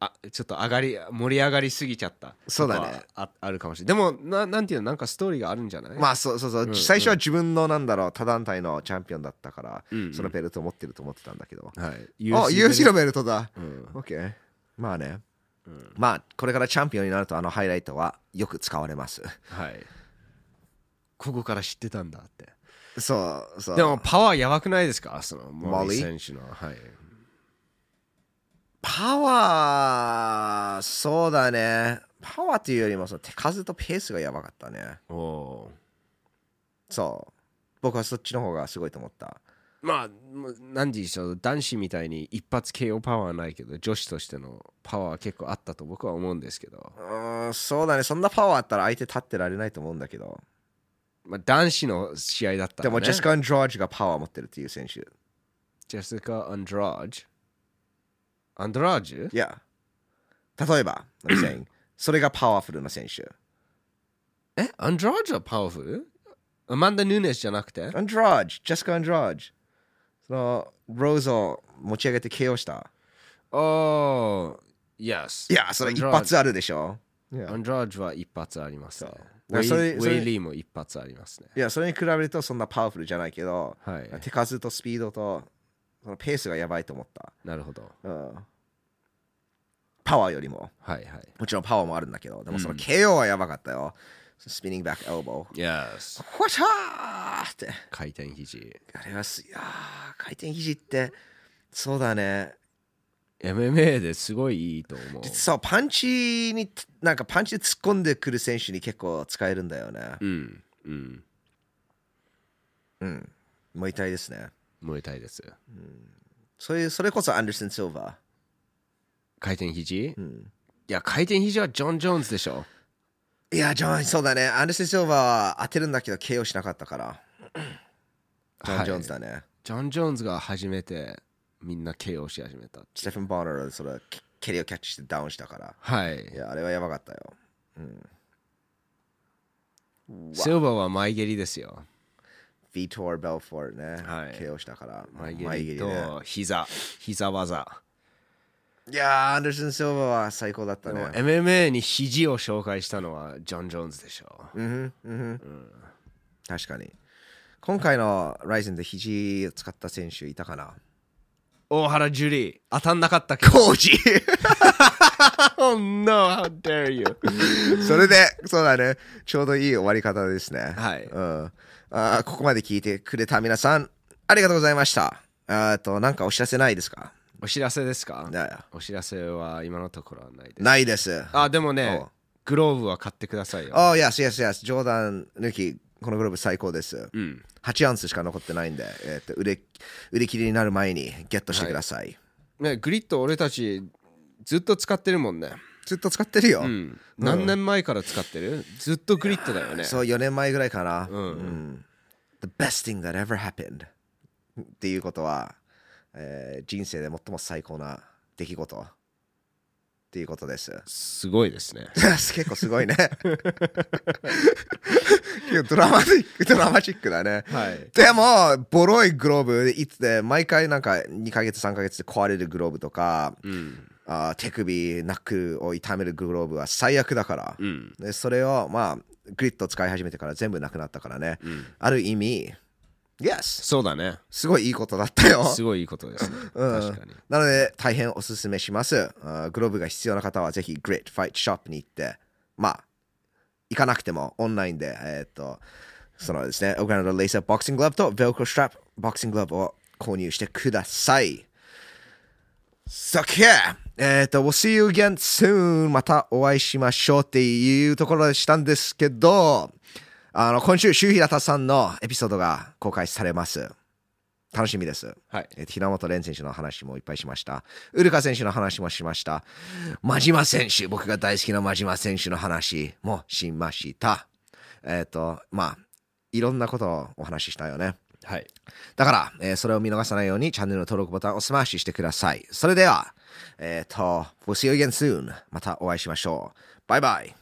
S2: あちょっと上がり、盛り上がりすぎちゃった。
S1: そうだね
S2: とかはあ。あるかもしれない。でも、ななんていうの、なんかストーリーがあるんじゃない
S1: まあそうそうそう、
S2: うん
S1: 最初は自分のなんだろう他団体のチャンピオンだったから、
S2: うんうん
S1: そのベルトを持ってると思ってたんだけど、
S2: あ、はい。
S1: あ UFC の
S2: の
S1: ベルトだ
S2: うん、
S1: OK まあね、まあこれからチャンピオンになるとあのハイライトはよく使われます
S2: はい。ここから知ってたんだって。
S1: そうそう
S2: でも、パワーやばくないですかその、モリ
S1: Molly？
S2: 選手の。はい。
S1: パワー、そうだね。パワーというよりもその手数とペースがやばかったね。
S2: おおー。
S1: そう。僕はそっちの方がすごいと思った。
S2: まあ、もうなんて言うんでしょう、男子みたいに一発 KO パワーはないけど、女子としてのパワーは結構あったと僕は思うんですけど
S1: う、ーん、そうだね。そんなパワーあったら相手立ってられないと思うんだけど。
S2: まあ、男子の試合だった
S1: で
S2: ら、ね、
S1: も、ジェスカ・アンドラージがパワー持ってるっていう選手。い
S2: ジェスカ・アンドラージアンドラージュ
S1: や。例えば、I'm saying それがパワフルな選手。
S2: えアンドラージュはパワフルアマンダ・ヌーネスじゃなくて
S1: アンドラージ、ジェスカ・アンドラージ。その、ローズを持ち上げて KO した。
S2: おー、yes。
S1: いや、それ一発あるでしょ。いや
S2: アンドラージュは一発ありますね。ウ
S1: そうそれ
S2: ェイウ
S1: それ
S2: ェイリーも一発ありますね。
S1: いや、それに比べるとそんなパワフルじゃないけど、
S2: はい。
S1: 手数とスピードとそのペースがやばいと思った、
S2: なるほど。
S1: うん、パワーよりも
S2: はいはい。
S1: もちろんパワーもあるんだけどでもその KO はやばかったよ、スピニングバックエルボー
S2: Yes。
S1: ホワシャーって
S2: 回転肘。
S1: あれはすいやー回転肘ってそうだね
S2: MMA ですごいいいと思う。
S1: 実はパンチになんかパンチで突っ込んでくる選手に結構使えるんだよね
S2: うんうん
S1: うんもう痛いですね
S2: 燃えたいです
S1: それそれこそアンダーソン・シルバ
S2: 回転肘、
S1: ー、う
S2: い
S1: ん、
S2: や回転肘はジョン・ジョーンズでしょ
S1: いや、ジョン、そうだね。アンデス・シルバーは当てるんだけど、KO しなかった から。ジョ
S2: は
S1: ン・
S2: い
S1: ジョーンズだね。
S2: ジョン・ジョーンズが初めてみんな KO し始めた
S1: ステフェン・ボーナーはそれ、蹴りをキャッチしてダウンしたから
S2: はい
S1: いやあれはやばかったよ
S2: セオバは前蹴りですよ
S1: ヴィトール・ベルフォールね、
S2: はい
S1: KO したから
S2: 前
S1: 前
S2: 蹴り
S1: ね
S2: と膝膝技
S1: いやーアンダーソン・シルバーは最高だったね
S2: MMA に肘を紹介したのはジョン・ジョーンズでしょ
S1: 確かに今回の Ryzen で肘を使った選手いたかな
S2: 大原ジュリー当たんなかったけど
S1: コーチ
S2: Oh no how dare you
S1: それでそうだねちょうどいい終わり方ですね
S2: はい
S1: うん、あーここまで聞いてくれた皆さんありがとうございましたあーっとなんかお知らせないですか
S2: お知らせですか
S1: いやいや
S2: お知らせは今のところはないです
S1: ないです
S2: あでも
S1: お
S2: ね
S1: う
S2: グローブは買ってくださいよ
S1: ああ、yes, yes, yes. 冗談抜き、このグローブ最高です。
S2: うん
S1: 8アンスしか残ってないんで、えーと売れ、売り切れになる前にゲットしてください。
S2: ねグリッド俺たちずっと使ってるもんね
S1: ずっと使ってるよ。
S2: うん何年前から使ってるずっとグリッドだよね
S1: そう、4年前ぐらいかな。
S2: ん
S1: うん The best thing that ever happened っていうことは、えー人生で最も最高な出来事っていうことです。
S2: すごいですね
S1: 結構すごいね。 結構ドラマティック、ドラマチックだね。
S2: はい
S1: でも、ボロいグローブで、いつで、毎回なんか2ヶ月、3ヶ月で壊れるグローブとか、
S2: うん
S1: あー手首、ナックルを痛めるグローブは最悪だから、
S2: うん
S1: でそれを、まあ、グリッド使い始めてから全部なくなったからね、
S2: ん
S1: ある意味、Yes!
S2: そうだね
S1: すごいいいことだったよ。
S2: すごいいいことですね
S1: うん
S2: 確かに
S1: なので、大変おすすめします。あーグローブが必要な方は、ぜひ、グリッドファイトショップに行って、まあ、行かなくても、オンラインで、えーっと、そのですね、オーガナドレイサーボクシンググラブと、ベルクロストラップボクシンググラブを購入してください。So, yeah! えーっと、We'll see you again soon! またお会いしましょうっていうところでしたんですけど、あの、今週、周平田さんのエピソードが公開されます。楽しみです。
S2: はい
S1: えー平本蓮選手の話もいっぱいしました。ウルカ選手の話もしました。真島選手、僕が大好きな真島選手の話もしました。えっ、と、まあ、いろんなことをお話ししたよね。
S2: はい
S1: だから、えーそれを見逃さないようにチャンネルの登録ボタンをスマッシュしてください。それでは、えっ、と、We'll see you again soon. またお会いしましょう。バイバイ。